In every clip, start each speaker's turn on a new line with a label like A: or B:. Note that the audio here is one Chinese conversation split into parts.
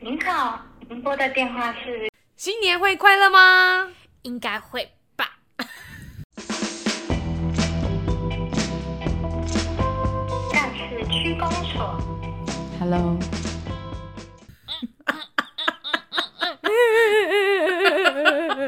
A: 您好，您拨的电话是
B: 新年会快乐吗？
C: 应该会吧。
A: 干事区公所。
D: Hello，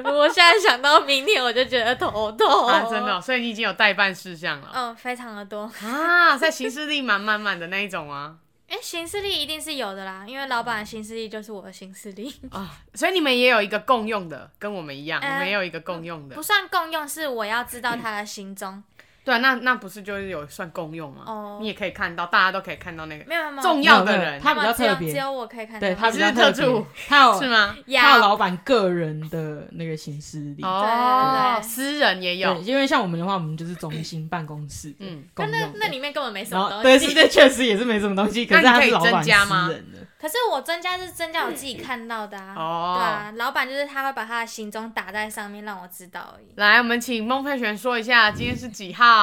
C: 我现在想到明天，我就觉得头痛
B: 啊，真的哦、所以你已经有代办事项了、
C: 嗯，非常的 多。
B: 啊，在行事力满满满的那一种 啊
C: 哎、行事历一定是有的啦，因为老板的行事历就是我的行事历，
B: 啊，所以你们也有一个共用的，跟我们一样，
C: 呃
B: 我们也有一个共用的
C: 不。算共用，是我要知道他的行踪。
B: 对啊，那那不是就是有算共用吗？
C: 哦
B: 你也可以看到，大家都可以看到那个
C: 没有没有，
B: 重要的人，
C: 没
D: 他
C: 有
D: 比较
C: 只有
D: 特别
C: 只有我可以看到。
D: 对他比
B: 是
D: 较特
B: 特助
D: 别，他
C: 哦
D: 有
B: 是吗？
C: 呀
D: 他有老板个人的那个行事历。
B: 哦，
C: 对对对
B: 私人也
D: 对，
B: 有，
D: 因为像我们的话，我们就是中心办公室，
B: 嗯
D: 嗯，
C: 那
D: 共
C: 那
D: 用的
C: 那里面根本没什
D: 然
C: 么
D: 后
C: 东
D: 对，
C: 西。
D: 是的，确实也是没什么东西，可是
B: 那你
D: 他
B: 可以
D: 是老板
B: 增加吗
D: 私人的，
C: 可是我增加是增加我自己看到的啊。
B: 哦
C: 对啊，老板就是他会把他的行踪打在上面，让我知道而已。
B: 来，我们请孟佩璇说一下今天是几号？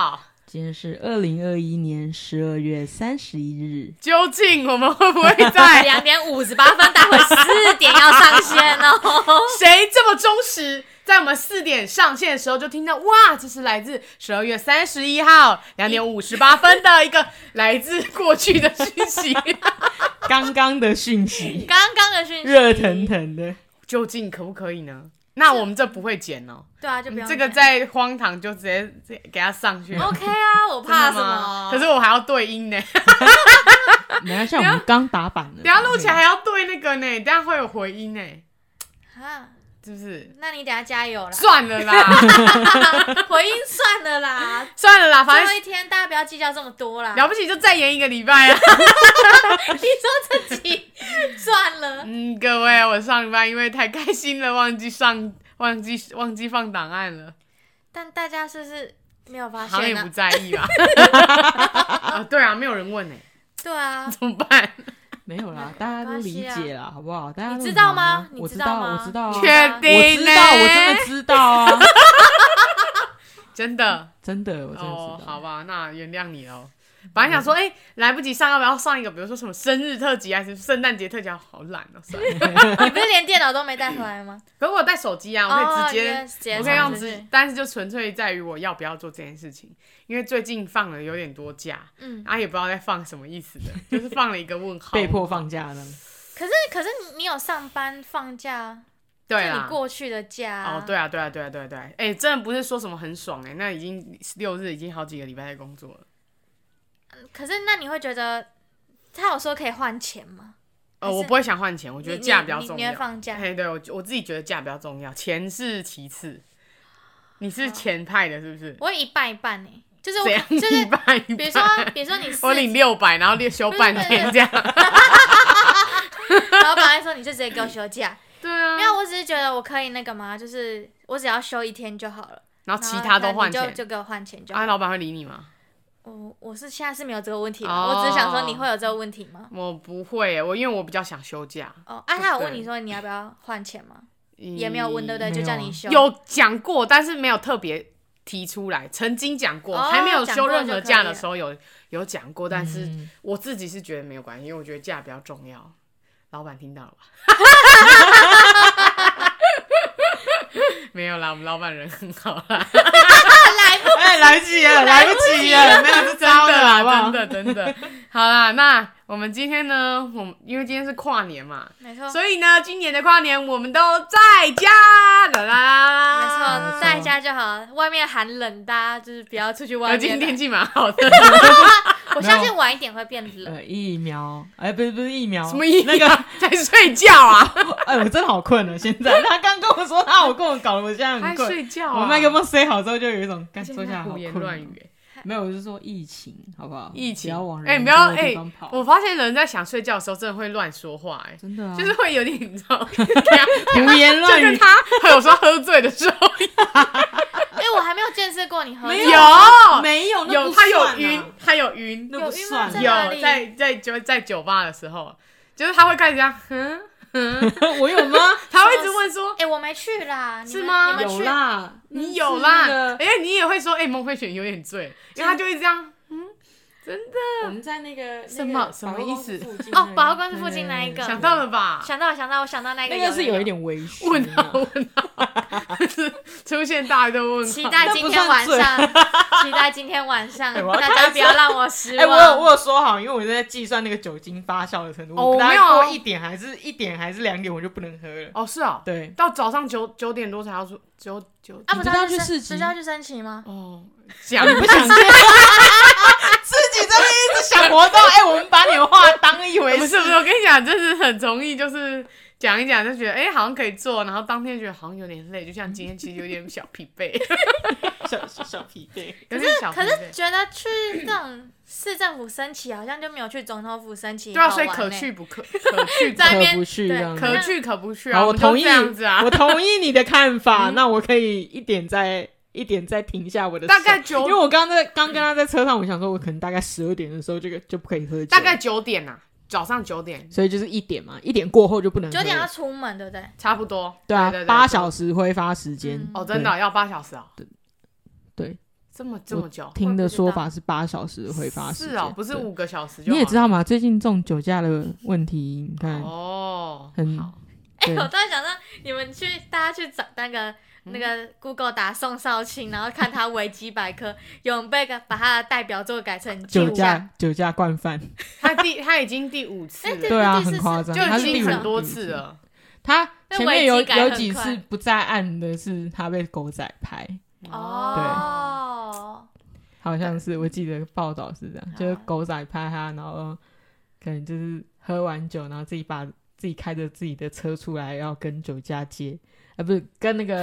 D: 今天是二零二一年十二月三十一日，
B: 究竟我们会不会在
C: 两点五十八分待会四点要上线哦。
B: 谁这么忠实，在我们四点上线的时候就听到哇，这是来自十二月三十一号两点五十八分的一个来自过去的讯息，
D: 刚刚的 讯息，
C: 刚刚的讯息
D: 热腾，腾的，
B: 究竟可不可以呢？那我们这不会剪哦，
C: 对啊，就不用
B: 这个
C: 剪。
B: 在荒唐就直接直接给它上去。
C: OK 啊，我怕
B: 真
C: 什
B: 的吗
C: 么？
B: 可是我还要对音 呢，
D: 没关系，我们刚打板了，
B: 等一下录起来还要对那个呢，等一下会有回音呢，
C: 啊，
B: 是不是？
C: 那你等下加油啦，
B: 算了啦，
C: 回应算 了啦。
B: 算了啦，反
C: 最后
B: 正
C: 一天大家不要计较这么多啦，
B: 了不起就再延一个礼拜啊。
C: 你说自己算了。
B: 嗯，各位，我上班因为太开心了，忘记上忘记忘记放档案了，
C: 但大家是不是没有发
B: 好像
C: 现啊
B: 也不
C: 呢？
B: 在意吧？啊，对啊，没有人问呢，
C: 对啊，
B: 怎么办？
D: 没有啦，大家都理解啦，好不好？大家都
C: 你知道吗
D: 很忙啊我
C: 你知
D: 知
C: 道
D: 道，
C: 吗
D: 我知道啊，
B: 确
D: 我
B: 定
D: 知
B: 呢？
D: 道，我真的知道啊，
B: 真的
D: 真的，我真的
B: 哦，
D: 知
B: 好
D: 道。
B: 吧，那原谅你喽。本来想说，哎、来不及上，要不要上一个，比如说什么生日特辑还是圣诞节特辑？好懒哦，算了。
C: 你不是连电脑都没带回来吗？
B: 可是我有带手机啊， 我可以直
C: 哦
B: 接
C: 你就直接
B: 我可以用
C: 传出去
B: 直，但是就纯粹在于我要不要做这件事情，因为最近放了有点多假，
C: 嗯，
B: 啊也不知道在放什么意思的，就是放了一个问号，
D: 被迫放假了，
C: 可是可是你你有上班放假，
B: 对
C: 就
B: 啦
C: 你过去的假啊
B: 哦，对啊，对啊，对啊，对啊，对啊，哎、真的不是说什么很爽哎、那已经六日已经好几个礼拜在工作了。
C: 可是那你会觉得他有说可以换钱吗？
B: 呃，
C: 还是
B: 我不会想换钱，我
C: 我
B: 觉得假比较重
C: 你会
B: 要。
C: 放假？
B: 嘿，对我我自己觉得假比较重要，钱是其次。你是钱派的，是不是？
C: 我会一半一半呢、欸就是我
B: 怎样？
C: 就是
B: 一半一
C: 比
B: 半
C: 如说比如说你四
B: 我领六百，然后连休半天这样。
C: 老板还说你就直接给我休假，
B: 对啊
C: 没，有，我只是觉得我可以那个嘛，就是我只要休一天就好了，
B: 然后哦其他都换
C: 然后
B: 钱
C: 你就。就给我换钱就好
B: 啊，。老板会理你吗？
C: 我我是现在是没有这个问题的，
B: 哦
C: 我只是想说你会有这个问题吗？
B: 我不会欸，我因为我比较想休假，
C: 哦，啊，他有问你说你要不要换钱吗？也没有问，对不对？
D: 没
C: 就
D: 有
C: 叫你休。
B: 嗯有讲过，但是没有特别提出来。曾经讲过，
C: 哦
B: 还没有休任何假的时候有有讲过，但是
D: 嗯
B: 我自己是觉得没有关系，因为我觉得假比较重要。老板听到了吧？没有啦，我们老板人很好啦，
D: 哎，来不及了，来不及了，没有这
B: 真
D: 招
B: 的
D: 了，好不
B: 啦，
D: 好
B: 真？的真的。好啦，那我们今天呢，我们因为今天是跨年嘛，
C: 没错，
B: 所以呢，今年的跨年我们都在家，啦啦啦
C: 没
B: 啦，
C: 错，在家就好，外面寒冷，大家就是不要出去外
B: 呃今天
C: 面
B: 天气蛮
C: 了。
B: 好 的。
C: 我相信晚一点会变冷。
D: 呃，疫苗，哎，不是不是疫苗，
B: 什么意思？啊
D: 那个，
B: 在睡觉 啊？
D: 哎，我真的好困了，现 在他刚跟我说他好困，我搞得我现在很困。
B: 觉啊
D: 我麦克风塞好之后，就有一种干坐下来
B: 胡
D: 好困
B: 言
D: 哦。
B: 乱语。欸
D: 没有，我是说疫情，好不好？
B: 疫情
D: 不要往
B: 哎，
D: 人
B: 不要
D: 多的
B: 哎
D: 地方跑，，
B: 我发现人在想睡觉的时候真的会乱说话，哎，
D: 真的啊，
B: 就是会有点你知 道，啊就
D: 胡言乱
B: 跟
D: 语。
B: 他还有时候喝醉的时候
C: 因哎为我还没有见识过你喝酒，
B: 有
D: 没有，那
B: 哦有
D: 不
B: 他有
D: 算啊
B: 晕，，他有晕，
D: 那不
C: 有晕吗
D: 算
C: 在
D: 啊。
C: 哪
B: 有
C: 里
B: 在在酒在酒吧的时候，就是他会开始这样，嗯，
D: 我有吗？
B: 他会一直问说
C: 哎、我没去啦，你们
B: 是吗
C: 你们
D: 有
C: 去？
D: 啦，
B: 你有啦，
D: 那是那个
B: 哎，你也会说哎，孟慧雪有点醉，因为他就会这样，嗯真的
E: 我们在那个
B: 什么什么意思
C: 哦，百货
E: 官
C: 公司附近那一个，
B: 想到了吧？
C: 想到了想到了我想到那个
E: 那
C: 人，
E: 个是有一点微醺啊，
B: 问号问号， 出现大一堆问
C: 期
B: 号。
C: 待今天晚上，期待今天晚上，
E: 哎
D: 我要
C: 大家不要让我失
D: 哎、
C: 望。
D: 我有我有说好，因为我在计算那个酒精发酵的程度，
B: 哦
D: 我大概
B: 没有啊
D: 过一点还是一点还是两点我就不能喝了。
B: 哦，是哦，
D: 对，
B: 到早上九九点多才要出九九
C: 啊，不
E: 你不
C: 是
E: 是
C: 要
E: 要去
C: 申
E: 市
C: 不是
E: 集
C: 要去升旗吗？
B: 哦，讲
E: 你不想见，
D: 自己这边一直想活动，哎、我们把你的话当一回
B: 不
D: 事。
B: 是不是，我跟你讲，真是很容易，就是讲一讲就觉得，哎、好像可以做，然后当天觉得好像有点累，就像今天其实有点小疲惫，
D: 小小疲惫，
B: 有点小疲
C: 可是
B: 惫。
C: 觉得去那种市政府升旗，好像就没有去总统府升旗
B: 对啊，
C: 好
B: 所
C: 玩
B: 以可
C: 呢
B: 去不可可去
C: 在
E: 可
C: 那边
E: 不去
C: 对
E: 这样子。
B: 可去可不去啊，
D: 好，
B: 我
D: 我
B: 们都
D: 同意，
B: 这样子啊
D: 我。同意你的看法。
B: 嗯
D: 那我可以一点再一点再停下我的手，
B: 大概九
D: 因为我刚在刚跟他在车上，我想说，我可能大概十二点的时候，这个就不可以喝酒，
B: 大概，九点啊，早上九点
D: 所以就是一点嘛，一点过后就不能喝
C: 九
D: 了，
C: 点要出门，对不对？
B: 差不多。
D: 对啊
B: 对对，
D: 八小时挥发时间
C: 嗯，
B: 哦，真的哦、要八小时哦。
D: 对对，
B: 这么这么久，
D: 听的说法是八小时的挥发时间，
B: 是哦，不是
D: 对
B: 五个小时就
D: 你也
B: 好
D: 知道嘛，最近这种酒驾的问题，你看，
B: 哦，
D: 很
B: 好，
D: 对 嗯
C: 我突然想到，你们去大家去找那个那个 Google 打宋少卿，然后看他维基百科， 有人被把他的代表作改成
D: 酒
C: 酒驾，
D: 驾酒驾惯犯，
B: 他第他已经第五次
C: 哎
B: 了，
C: 对
D: 对啊，
C: 第四
D: 很夸张，
B: 就
D: 他
B: 已
D: 是第
B: 经
D: 五
B: 很多
D: 第五
B: 次了。
D: 他
C: 那
D: 前
C: 危
D: 面
C: 机
D: 有
C: 改
D: 有
C: 很
D: 几
C: 快
D: 次不在案的是他被狗仔拍，
C: 哦，
D: 好像是我记得报道是这样，就是狗仔拍他，然后可能就是喝完酒，然后自己把自己开着自己的车出来，要跟酒驾接，啊、不是跟那个，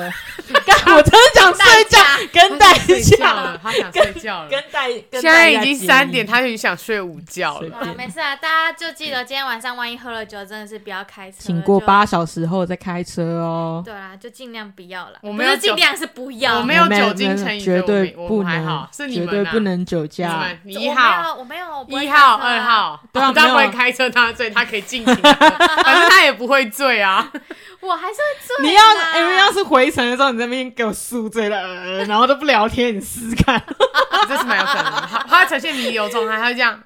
D: 干我真的想睡觉，跟代
B: 他想 睡觉
D: 驾，
B: 了，他想睡觉了。
D: 跟代，
B: 现在已经三点，他已经想睡午觉
D: 睡
B: 了。
C: 好啦没事啊，大家就记得今天晚上万一喝了酒，真的是不要开车，
D: 请过
C: 就
D: 八小时后再开车哦。
C: 对啦，就尽量不要啦。
B: 我
C: 不
B: 没有
C: 是
B: 酒
C: 尽量是不要。
B: 我没有
D: 没
B: 酒精
D: 没
B: 成瘾所以
D: 绝
B: 我
D: 对
B: 没我
D: 不
B: 还
D: 能
B: 好，是你
D: 绝
B: 们
D: 对
B: 啊
D: 不能酒
B: 你
D: 驾。
B: 们，你一
C: 我没
B: 号、
C: 有，我没有，我不会
B: 一号、
C: 开车啊
B: 二，号，
D: 对啊
B: 我当然不
D: 没有
B: 会
D: 啊
B: 开车，他醉，他可以尽情地喝，反正他也不会醉啊。
C: 我还是会醉啦。
D: 你要，哎、要是回程的时候，你在那边给我宿醉了、呃然后都不聊天，你试试看。
B: 这是蛮有可能的，他他会呈现弥留状态，他会这样，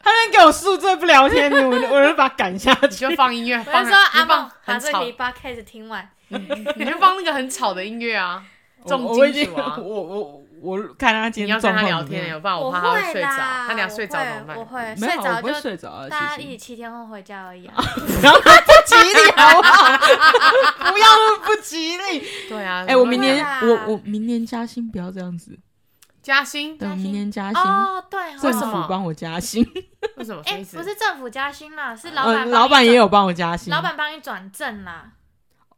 D: 他们给我宿醉不聊天，我就我就把他赶下
B: 你
D: 去。
B: 就放音乐，
C: 我
B: 放
C: 就说阿
B: 你放
C: 梦把
B: 很
C: 这
B: 吵
C: 里，把 case 听完，
B: 你就放那个很吵的音乐啊， 重
D: 我已
B: 金
D: 经，
B: 属
D: 我
B: 啊。
D: 我我看他今
B: 你要跟
D: 天状
B: 他
D: 况
B: 聊
D: 怎么
B: 天，
D: 样，
B: 要不然哦我怕他会
C: 会
B: 睡着，
C: 啦，
B: 他俩睡着
C: 我会
B: 怎么办？
C: 我会
D: 没
C: 睡
D: 有
C: 着
D: 我不会
C: 就
D: 睡着啊，
C: 大家
D: 其
C: 一
D: 实
C: 起七天后回家而 已啊。
D: 然后不吉利好不好？不要那么不吉利。
B: 对啊，
D: 哎、我明年
C: 啦
D: 我我明年加薪，不要这样子。
B: 加薪
D: 对，我
C: 薪
D: 明年加薪，
C: 哦，对
B: 为
D: 政
C: 哦，
B: 什么
D: 府帮我加薪，
B: 为什么？什么
C: 哎
B: 意，思
C: 不是政府加薪啦，是 老板帮
D: 嗯，老板
C: 你
D: 也
C: 转，
D: 有帮我加薪，
C: 老板帮你转正啦。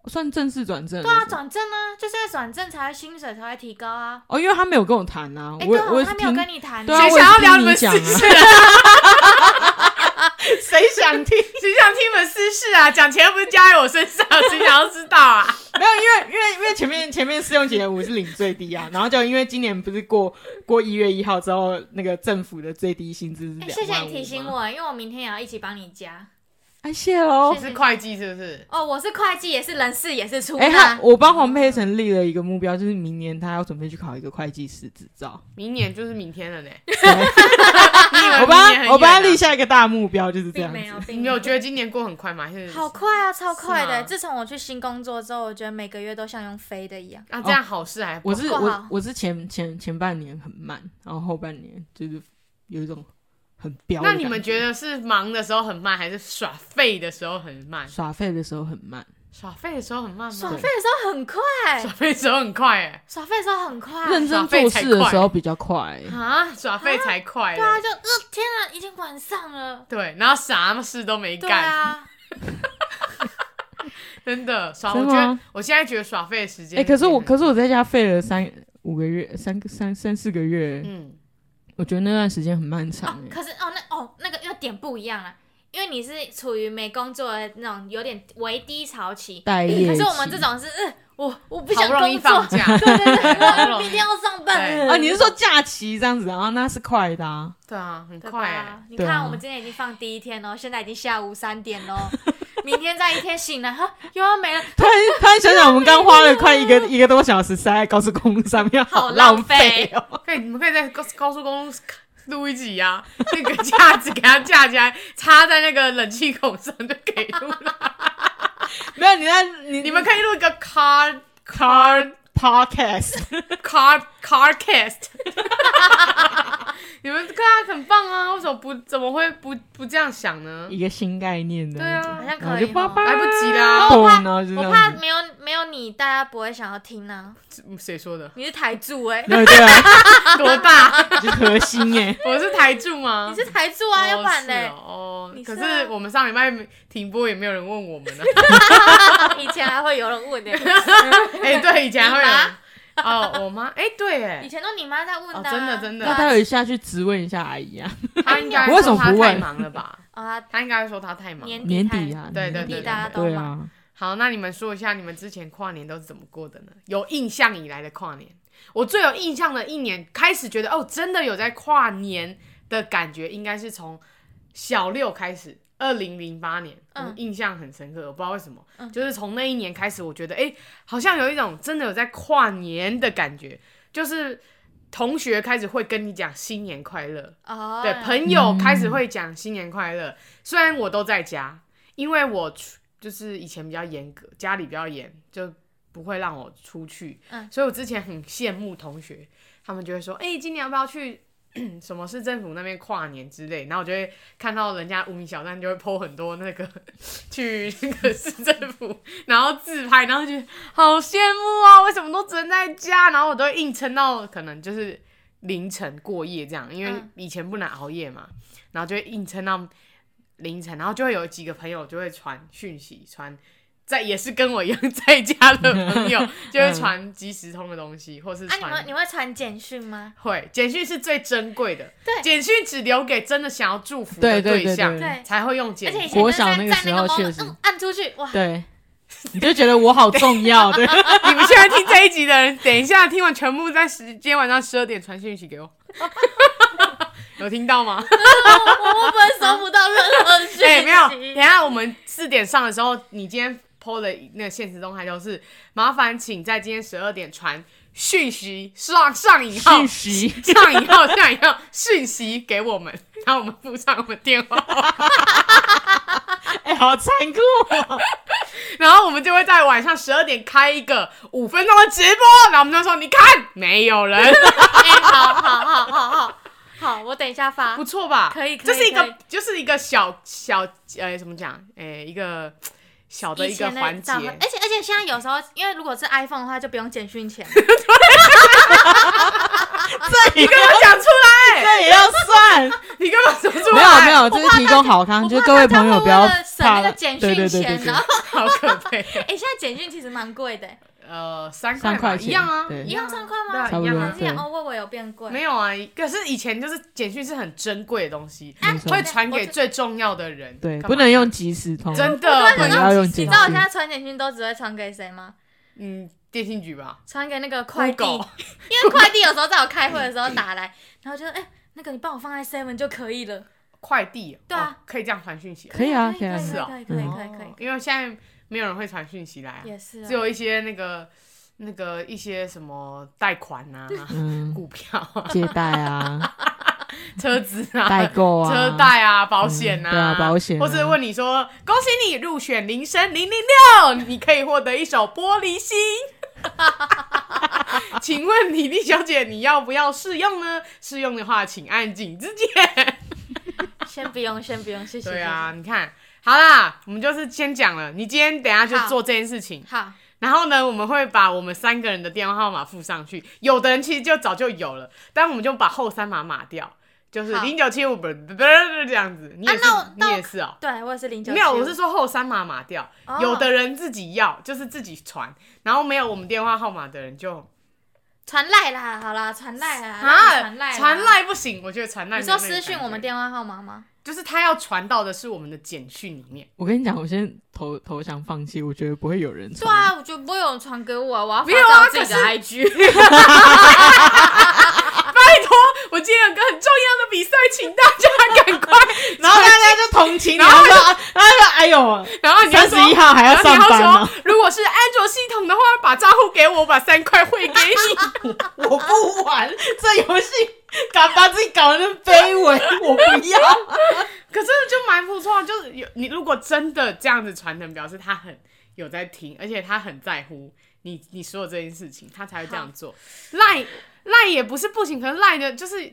D: 算正式转正了。
C: 对啊，转正啊，就是要转正才会薪水才会提高啊。
D: 哦，因为他没有跟我谈啊，
C: 哎，
D: 我
C: 对
D: 我
C: 哦，他没有
D: 听
C: 跟你谈
D: 对
C: 呢，
D: 啊
B: 谁
D: 我
B: 想
D: 也
B: 要
D: 是
B: 聊你
D: 听你
B: 们私
D: 讲啊
B: 事啊？
D: 谁想听？
B: 谁想听你们私事啊？讲钱又不是加在我身上，谁想要知道啊？
D: 没有，因为因为因为前面前面试用期我是领最低啊，然后就因为今年不是过过一月一号之后，那个政府的最低薪资是
C: 哎，
D: 两
C: 谢谢
D: 万
C: 你提醒
D: 五吗，
C: 我，因为我明天也要一起帮你加。
D: 哎，谢喽
B: 我。是会计是不是？
C: 哦，我是会计，也是人事，也是出
D: 哎，
C: 纳
D: 他。我帮黄佩成立了一个目标，就是明年他要准备去考一个会计师执照。
B: 明年就是明天了呢。
D: 我
C: 啊
B: 我
D: 帮他我帮他立下一个大目标，就是这
C: 并
D: 样
C: 没有，
D: 子。
C: 并
B: 你有觉得今年过很快吗？还是
C: 好快啊，超快
B: 是吗
C: 的！自从我去新工作之后，我觉得每个月都像用飞的一样。
B: 啊？这样好事还
D: 哦我是
C: 不啊
D: 我
C: 好
D: 我是前前前半年很慢，然后后半年就是有一种很飙的
B: 那
D: 感。
B: 你们觉得是忙的时候很慢，还是耍废的时候很慢？
D: 耍废的时候很慢？
B: 耍废的时候很慢吗？
C: 耍废的时候很快，
B: 耍废的时候很快哎、
C: 耍废的时候很快。
D: 认
B: 耍
D: 真
B: 废
D: 做
B: 才
D: 事的
B: 快
D: 时候比较快、
B: 啊，耍废才快、
C: 对啊，就呃，天啊，已经晚上了。
B: 对，然后啥事都没
C: 对
B: 干，
C: 啊，
B: 真的耍。
D: 真
B: 我
D: 的
B: 觉
D: 吗
B: 得我现在觉得耍废的时间
D: 哎、可是我，可
B: 是
D: 是我在家废了三五个月，三个三三四个月，
B: 嗯，
D: 我觉得那段时间很漫
C: 哦
D: 长、哎、
C: 可是哦，那哦那个要点不一样啦，因为你是处于没工作的那种有点微低潮期，
D: 待业期。
C: 可是我们这种是，呃我我不
B: 好
C: 想
B: 不容易
C: 工
B: 放
C: 作，
B: 假，
C: 对啊对
B: 好不
C: 对，
B: 容
C: 我
B: 易
C: 明天要上班。
B: 对
D: 啊，你是说假期这样子，然后那是快的啊。
B: 对啊，很
C: 对
B: 快、
C: 吧
B: 欸，？
C: 你
D: 对
C: 看，
D: 啊
C: 我们今天已经放第一天喽，现在已经下午三点喽， 明天再一天醒来，哈，又要没了，
D: 突然突然想想，我们刚花了快一个一个多小时塞在高速公路上面，
C: 好
D: 浪
C: 浪费
D: 哦。
B: 可以，你们可以在高高速公路录一集啊， 那个架子给它架起来，插在那个冷气孔上就可以录了。
D: 没有，你那你
B: 你们可以录一个 car
D: car podcast，
B: car car cast，你们对啊，很棒啊，为什么不怎么会不不这样想呢？
D: 一个新概念的，
B: 对啊
C: 好像
D: 然后
C: 可
D: 就
C: 以
D: 叭
C: 哦。
D: 叭，
B: 来不及啦
D: 嘣
C: 我怕
D: 然后就这
C: 我
D: 样
C: 怕
D: 子
C: 没有没有你，大家不会想要听啊。
B: 谁说的？
C: 你是台柱 哎、
D: 对对啊，
B: 多大？
D: 就核心哎，
B: 我是台柱吗？
C: 你是台柱啊，要不然嘞、
B: 哦，
C: 你
B: 可
C: 是
B: 是
C: 啊
B: 我们上礼拜停播也没有人问我 们呢。啊
C: 以前还会有 人问的、
B: 哎，对，以前还会有
C: 你
B: 人
C: 妈
B: 哦，我妈哎，对
C: 以
B: 哎，
C: 前都你妈在问
B: 哦
C: 的、啊
B: 真的真的
D: 那他有下去质问一下阿姨啊，
B: 她应该
D: 我为什
B: 说
D: 么
B: 她
D: 不
B: 太
D: 问
B: 忙了吧？
C: 啊，
B: 她应该说她太忙。
C: 年
D: 年
C: 太
D: 底啊，
B: 对对对
D: 年底
B: 对
C: 大家都
D: 对
C: 忙
D: 啊，
B: 好，那你们说一下你们之前跨年都是怎么过的呢？有印象以来的跨年，我最有印象的一年开始觉得哦，真的有在跨年的感觉，应该是从小六开始，二零零八年，
C: 嗯
B: 我印象很深刻，我不知道为什么，就是从那一年开始，我觉得哎、诶好像有一种真的有在跨年的感觉，就是同学开始会跟你讲新年快乐，
C: 哦，
B: 对，朋友开始会讲新年快乐，虽然我都在家，因为我出就是以前比较严格，家里比较严，就不会让我出去，
C: 嗯
B: 所以我之前很羡慕同学，他们就会说，哎、今年要不要去 什么市政府那边跨年之类，然后我就会看到人家无名小站就会 po 很多那个去那个市政府，然后自拍，然后就觉得好羡慕啊，为什么都只能在家，然后我都会硬撑到可能就是。凌晨过夜这样，因为
C: 嗯
B: 以前不能熬夜嘛，然后就会硬撑到凌晨，然后就会有几个朋友就会传讯息，传在也是跟我一样在家的朋 友就会传即时通的东西，或是
C: 啊，你们
B: 传
C: 你会传简讯吗？
B: 会简讯是最珍贵的，
C: 对
B: 简讯只留给真的想要祝福
D: 对
B: 的
D: 对对
B: 象
D: 对
C: 对，
B: 才会用
C: 而
B: 简
C: 且以
B: 讯。
C: 前
D: 国
C: 就是
D: 小
C: 在
D: 那个
C: 在
D: 时
C: 那个
D: 候
C: moment，
D: 确实
C: 嗯，按出去哇，
D: 对，你就觉得我好重要， 对，
B: 你们现在听这一集的人，等一下听完全部在十今天晚上十二点传讯息给我， 有听到 吗？
C: 我根本收不到任何讯 息。
B: 哎、没 有，等一下我们四点上的时候，你今天 PO 的那个现实动态就是麻烦请在今天十二点传讯息上上引号
D: 讯息
B: 上引号上引号讯息给我们， 然后我们附上我们电话 号码，
D: 哎，好残酷 哦，
B: 然后我们就会在晚上十二点开一个五分钟的直播，然后我们就说你看没有人，
C: 哎，好好好好好好，我等一下发
B: 不。错吧？
C: 啊可以可以
B: 这是一
C: 可以
B: 个就是一个小小呃怎么讲？哎、一个小的
C: 以
B: 一个
C: 前
B: 环节
C: 照，片而且而且现在有时候，因为如果是 iPhone 的话，就不用简讯钱。
B: 你给我讲出来，
D: 这也要算。
B: 你给我说出
D: 没
B: 来，
D: 有没有，就是提供好康，
C: 我
D: 啊就
C: 怕
D: 各位
C: 大家
D: 朋友
C: 会啊
D: 不要
C: 为了省
D: 怕
C: 那个简
D: 对对
C: 讯
D: 对对
C: 钱，啊
D: 对
C: 然，
B: 好
C: 后
B: 可悲、啊。
C: 哎，现在简讯其实蛮贵的，
B: 呃，三块
D: 三
B: 嘛
D: 块
B: 一样啊，
D: 对
C: 一样三块
B: 对啊
C: 吗？
D: 差不
B: 一
D: 多
B: 样啊
C: 还是
D: 对。
C: 哦，我以为有变贵。
B: 没有啊，可是以前就是简讯是很珍贵的东西，
C: 啊
D: 没错
B: 会传给最重要的人，
D: 对，
B: 干嘛
D: 不能用即时通，
B: 真
C: 我突
D: 对
C: 然
B: 的，
C: 想
D: 要
C: 到，
D: 用
C: 你
D: 简
C: 知道我现
D: 讯。
C: 在传简讯都只会传给谁吗？
B: 嗯，电信局吧，
C: 传给那个快递，
B: Google
C: 因为快递有时候在我开会的时候打来，然后就说哎、那个你帮我放在 seven 就可以了。
B: 快递，
C: 对啊
B: 哦，可以这样传讯息，
D: 可以啊
C: 可以
D: 可以
B: 啊
C: 可以可以可以可以
B: 哦
C: 可
B: 因为现在没有人会传讯息来啊
C: 以，，也是、
B: 只
C: 啊。
B: 有一些那个那个一些什么贷款啊、
D: 嗯，
B: 股票啊、
D: 借贷啊，
B: 车子啊、
D: 代购啊，
B: 车贷啊、保险
D: 嗯对啊保险啊
B: 或者问你说，恭喜你入选铃声零零六，你可以获得一首《玻璃心》。 请问李丽小姐，你要不要试用呢？试用的话，请按井之键。
C: 先不用，先不用，谢谢。
B: 对啊，你看，好啦，我们就是先讲了，你今天等一下就
C: 好
B: 做这件事情
C: 谢谢。。好，
B: 然后呢，我们会把我们三个人的电话号码附上去。有的人其实就早就有了，但我们就把后三码码掉，就是
C: 好啊
B: 零九七五不不这样子。你也是，
C: 那我
B: 你
C: 那我
B: 也是哦、
C: 对我也是零九。
B: 没有，我是说后三码码掉。
C: 哦
B: 有的人自己要，就是自己传，然后没有我们电话号码的人就啊
C: 传赖啦，好啦，传赖啦，啊让你传赖，
B: 传。赖不行，我觉得传赖。
C: 你说私讯我们，电话号码吗？
B: 就是他要传到的是我们的简讯里面。
D: 我跟你讲，我先投投降放弃，我觉得不会有人。
C: 对，啊，我就不会有人传给我啊，我 要
B: 没有啊
C: 发到自己
B: 可
C: 的
B: 是
C: IG。
B: 拜托，我今天有个很重要的比赛，请大家赶快传。
D: 然后大家就同情你，
B: 然
D: 然
B: 后
D: 后说，啊然后说，哎呦，
B: 然后你就
D: 三
B: 说
D: 十一号还要上
B: 然
D: 班
B: 后
D: 呢
B: 你，要说，如果是安卓系统 的话，把账户给我，我把三块汇给你。
D: 我不玩这游戏，敢把自己搞得那么卑微，我不要。
B: 可是就蛮不错，就是有你如果真的这样子传承，表示他很有在听，而且他很在乎你你说的这件事情，他才会这样做。赖赖也不是不行，可是赖的就是就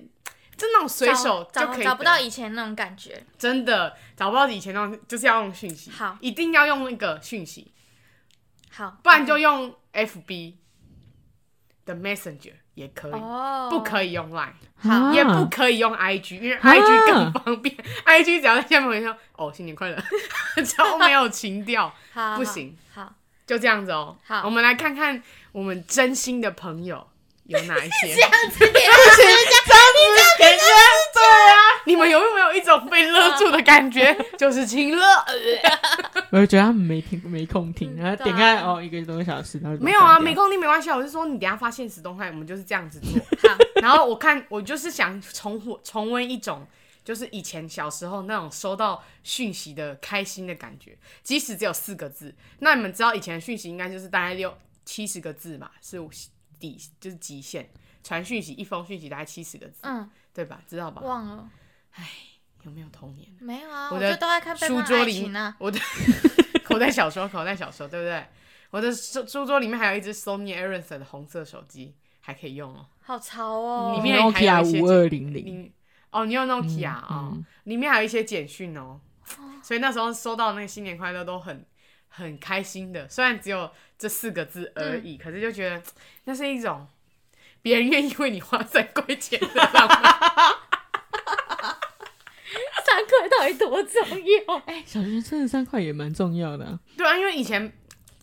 B: 那种随手就
C: 找
B: 可以
C: 找不
B: 得
C: 到以前那种感觉。
B: 真的找不到以前那种，就是要用讯息，
C: 好
B: 一定要用那个讯息，
C: 好，
B: 不然就用 FB 的 Messenger 也可以，
C: 哦，
B: 不可以用 Line。
C: 好
B: 也不可以用 IG，因为
D: 啊
B: IG 更方便。IG 只要在下面回说“哦，新年快乐”， 超没有情调，
C: 哦啊好
B: 不行，
C: 好
B: 就这样子哦。
C: 好
B: 我们来看看我们真心的朋友有哪 一些。
C: 这样子给
D: 给人家
C: 啊
B: 啊你们有没有一种被勒住的感 觉？就是亲热。
D: 我就觉得他们没听没空听，
C: 嗯
D: 然后
C: 对啊
D: 点开哦一个多小时，然后就
B: 没有啊，
D: 把它关掉
B: 没空听没关系啊。我是说，你等一下发现实动态，我们就是这样子做。
C: 好
B: 然后我看，我就是想重复 重温一种，就是以前小时候那种收到讯息的开心的感觉，即使只有四个字。那你们知道以前的讯息应该就是大概六七十个字嘛，是底就是极限。传讯息一封讯息大概七十个 字，
C: 嗯，
B: 对吧？知道吧？
C: 忘了
B: 有没有童年？
C: 没有啊？
B: 我
C: 我
B: 的
C: 就都在看《背
B: 书
C: 叛
B: 桌
C: 爱
B: 里
C: 情》啊，
B: 我的口袋小说，口袋小说，对不对？我的书书桌里面还有一只 Sony Ericsson 的红色手机，还可以用哦。
C: 好潮哦。
B: 里
D: 我
B: 面
D: 用
B: 还有一些
D: Nokia 五二零零，
B: 你哦，你用 Nokia 哦，
D: 嗯
B: 里面还有一些简讯哦，所以那时候收到那个新年快乐都很很开心的，虽然只有这四个字而
C: 嗯
B: 已，可是就觉得那是一种别人愿意为你花 三块钱的浪漫。
C: 三块到底多重要？哎、
D: 小学生的三块也蛮重要的啊。
B: 对啊，因为以前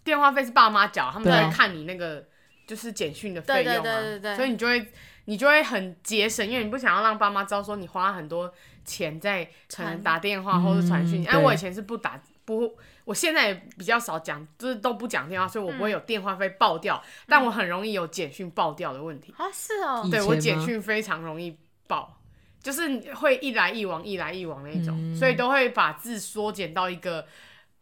B: 电话费是爸妈缴，他们
D: 对
B: 在
D: 啊
B: 看你那个就是简讯的费用啊，
C: 对对对对对
B: 所以你就会你就会很节省，因为你不想要让爸妈知道说你花很多钱在可能
C: 传
B: 打电话或者传讯息。
D: 嗯
B: 哎、
D: 对
B: 我以前是不打不，我现在也比较少讲，就是都不讲电话，所以我不会有电话费爆掉，
C: 嗯
B: 但我很容易有简讯爆掉的问题。
C: 啊是哦
D: 以，
B: 对我
D: 前
B: 简
D: 吗
B: 讯非常容易爆，就是会一来一往，一来一往那一种，
D: 嗯
B: 所以都会把字缩减到一个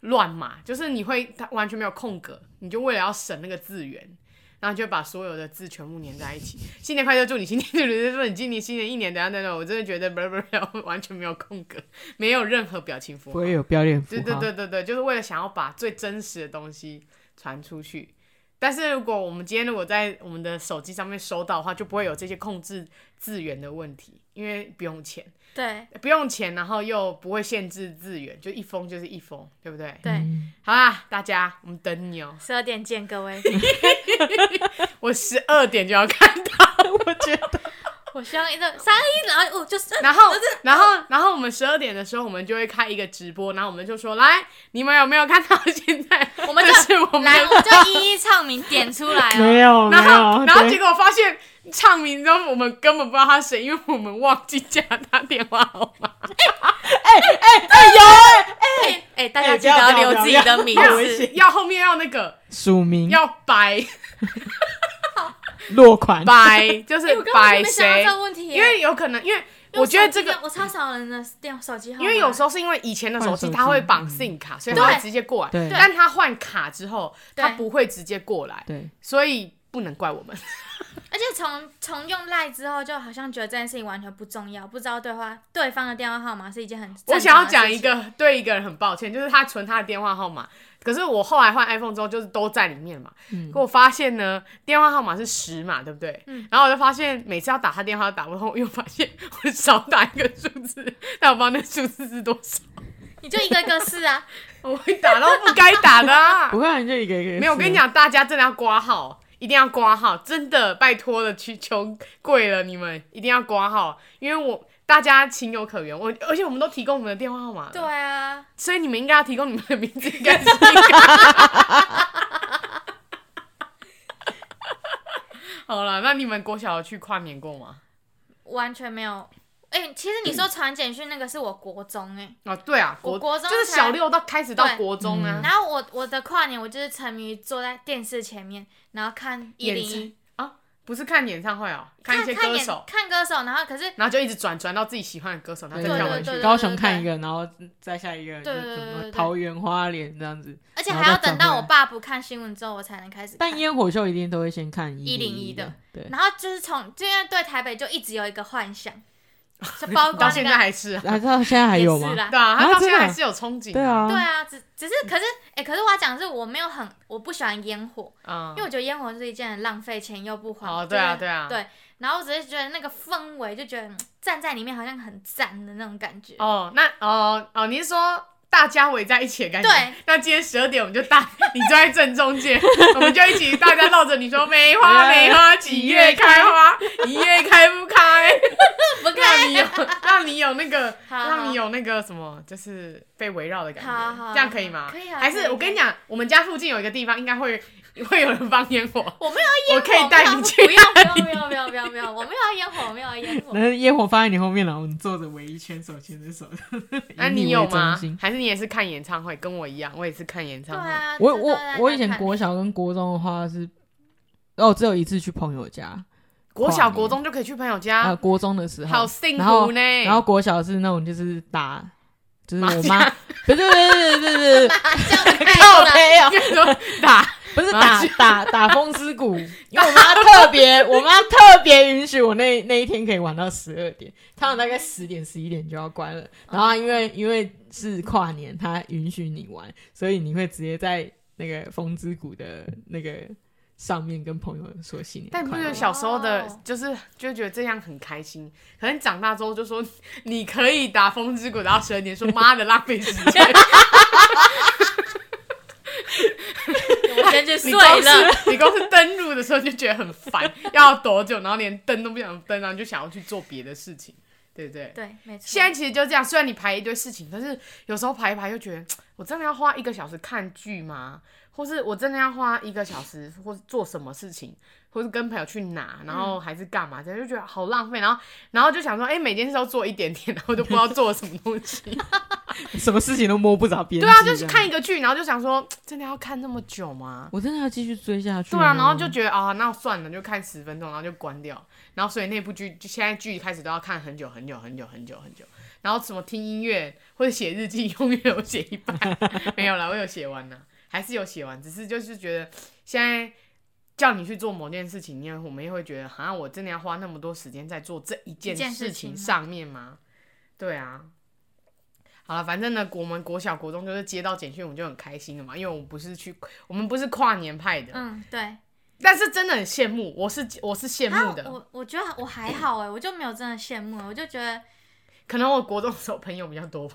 B: 乱码，就是你会它完全没有空格，你就为了要省那个字源。然后就把所有的字全部粘在一起。新年快乐， 祝你新年，祝你祝你今年新年一年，等等等等。我真的觉得不 是不是，不是完全没有空格，没有任何表情符
D: 不
B: 号。
D: 会有标点符
B: 对
D: 号，
B: 对对对对，就是为了想要把最真实的东西传出去。但是如果我们今天如果在我们的手机上面收到的话，就不会有这些控制资源的问题，因为不用钱，
C: 对
B: 不用钱，然后又不会限制资源，就一封就是一封，对不对？
C: 对，
B: 好啦，大家，我们等你哦、
C: 十二点见，各 位。
B: 我十二点就要看到，我觉 得。
C: 我希望一个三一，然后我就是
B: 然后，然后，然后我们十二点的时候，我们就会开一个直播，然后我们就说，来，你们有没有看到现在？
C: 我们
B: 就
C: 就是
B: 我们
C: 来，
B: 的
C: 我们就一一唱名点出来
D: 没
C: 哦。
D: 有没
B: 然后，
D: 有，
B: 然后
D: 对
B: 结果发现唱名，然后我们根本不知道他是谁，因为我们忘记加他电话号 码。
C: 哎哎，大家
D: 哎
C: 记得
D: 不要不要
C: 留自己的名
D: 不要
C: 字。
B: 要后面要那个
D: 署名
B: 要 白
D: 落款，
B: 白，就是
C: 哎我刚刚
B: 白
C: 没想到
B: 谁
C: 这？个问题耶，
B: 因为有可能，因为我觉得这
C: 因
B: 个
C: 为，我查少人的电手机号码，
B: 因为有时候是因为以前的手机
D: 换手机
B: 它会绑 SIM 卡，所以它
C: 对
B: 会直接过来。
D: 对
B: 但它换卡之后，
C: 对
B: 它不会直接过来，
D: 对，
B: 所以不能怪我们。
C: 而且从从用赖之后，就好像觉得这件事情完全不重要，不知道对话对方的电话号码是一件很正常的
B: 我想要讲一
C: 事情，
B: 个对一个人很抱歉，就是他存他的电话号码，可是我后来换 iPhone 之后，就是都在里面嘛。
D: 嗯
B: 可我发现呢，电话号码是十嘛，对不对？
C: 嗯
B: 然后我就发现每次要打他电话都打不通，我又发现我少打一个数字，但我不知道那数字是多少，
C: 你就一个一个试啊，
B: 我会打到不 该打的、啊
D: 不。会啊你就一个一个，
B: 没有，我跟你，讲，大家真的要挂号，一定要挂号，真的拜托了，去求贵了，你们一定要挂号，因为我大家情有可原，我而且我们都提供我们的电话号码了。
C: 对啊，
B: 所以你们应该要提供你们的名字，应 该是一个。好了，那你们国小有去跨年过吗？
C: 完全没有。哎、其实你说传简讯那个是我国中哎、
B: 哦，对啊，国
C: 我国中
B: 就是
C: 才
B: 小六到开始到
C: 对
B: 国中啊
C: 然，后我我的跨年我就是沉迷于坐在电视前面，然后看一零
B: 演
C: 一
B: 唱啊，不是看演唱会哦、看一
C: 看
B: 些
C: 看
B: 歌
C: 演
B: 手，
C: 看歌手，然后可是
B: 然后就一直转转到自己喜欢的歌手，然后再
C: 对
B: 跳
C: 对
B: 回去
C: 对。
D: 高雄看一个，然后再下一个，就
C: 对对
D: 是
C: 对
D: 什
C: 对
D: 么
C: 对
D: 桃园花莲这样子。
C: 而且
D: 然后
C: 还要
D: 再转
C: 等到
D: 回
C: 我
D: 来
C: 爸不看新闻之后，我才能开始看。
D: 但烟火秀一定都会先看
C: 101
D: 的
C: 的，
D: 对。
C: 然后就是从，就因为对台北就一直有一个幻 想，就包括
B: 到
C: 那
B: 现
C: 个
B: 在还是啊，
D: 然后现在还有吗
C: 也是？啦
B: 对啊，
D: 啊
B: 他到现
D: 真的
B: 在
D: 啊
B: 还是有憧憬。
D: 对，啊，
C: 对啊，只只是可是哎、可是我要讲的是我没有很我不喜欢烟火，
B: 嗯
C: 因为，我觉得烟火是一件很浪费钱又不环保。
B: 哦，对啊，
C: 就是
B: 对啊，
C: 对然后我只是觉得那个氛围，就觉得嗯站在里面好像很赞的那种感觉。
B: 哦，那哦哦，你是说大家围在一起的感觉？
C: 对。
B: 那今天十二点我们就大，你坐在正中间， 我们就一起大家绕着你说梅花
C: 哎
B: 梅花几月开花，一月开不开？
C: 不
B: 让
C: 看
B: 你有让你有那个
C: 好好
B: 让你有那个什么，就是被围绕的感
C: 好
B: 觉，
C: 好
B: 这样可以吗？
C: 可以啊
B: 还
C: 可以
B: 是我
C: 可以
B: 跟你讲，我们家附近有一个地方应该会会有人放烟火，
C: 我没
B: 我
C: 有要烟
B: 可以
C: 火，
B: 带你去
C: 不要不要不要不要不要不要，我没有要烟火，我没有要 烟火。
D: 然后烟火放在你后面，然后你坐着围一圈，手牵 着手。
B: 那
D: 以
B: 啊你有
D: 为中
B: 吗
D: 心？
B: 还是你也是看演唱会，跟我一样，我也是看演
C: 对
B: 唱会。
C: 啊，
D: 我
C: 这都
D: 我
C: 在
D: 我
C: 那
D: 以前
C: 看
D: 国小跟国中的话是，哦，只有一次去朋友家，
B: 国
D: 跨
B: 小
D: 年
B: 国中就可以去朋友
D: 啊、
B: 家，
D: 国中的时
B: 好
D: 候，
B: 幸
D: 然后
B: 福呢。
D: 然后国小是那种就是打，就是
B: 麻哎
D: 我妈，不是不是不是 不是不是，
C: 麻将太
D: 靠
C: 多了，
D: 背哦，
B: 说打
D: 不是
B: 麻
D: 打打打风之 谷，因为我妈特别，我妈特别允许我那那一天可以玩到十二点，他们大概十点十一点就要关
B: 嗯
D: 了。然后她因为因为是跨年，她允许你玩，所以你会直接在那个风之谷的那个上面跟朋友说新年快
B: 但
D: 乐。
B: 不是小时候的
C: 哦，
B: 就是就觉得这样很开心。可能长大之后就说，你可以打风之谷打到十二点，说妈的浪费时间，
C: 我先去
B: 你
C: 睡
B: 光是
C: 了。
B: 你光是登录的时候就觉得很烦，要多久，然后连登都不想登，然后就想要去做别的事情，对不对？
C: 对，没错。
B: 现在其实就这样，虽然你排一堆事情，可是有时候排一排又觉得，我真的要花一个小时看剧吗？或是我真的要花一个小时，或是做什么事情，或是跟朋友去哪，然
D: 嗯
B: 后还是干嘛，这样就觉得好浪费。然后，然后就想说，哎、每件事都做一点点，然后就不知道做了什么东 西。
D: 什么事情都摸不着边际。
B: 对啊，就是看
D: 这样
B: 一个剧，然后就想说，真的要看那么久吗？
D: 我真的要继续追下去
B: 对
D: 吗。
B: 啊，然后就觉得啊，那算了，就看十分钟，然后就关掉。然后所以那部剧就现在剧开始都要看很久很久很久很久很久。然后什么听音乐或者写日记，永远有写一半， 没有啦，我有写完啦，还是有写完，只是就是觉得现在叫你去做某件事情，你也我们也会觉得，好像我真的要花那么多时间在做这一件
C: 一件
B: 事
C: 事
B: 情
C: 情
B: 上面吗？对啊。好了，反正呢，我们国小、国中就是接到简讯，我们就很开心了嘛，因为我们不是去，我们不是跨年派的，
C: 嗯，对。
B: 但是真的很羡慕，我是我是羡慕
C: 啊
B: 的。
C: 我我觉得我还好哎、我就没有真的羡慕，我就觉得
B: 可能我国中的时候朋友比较多吧，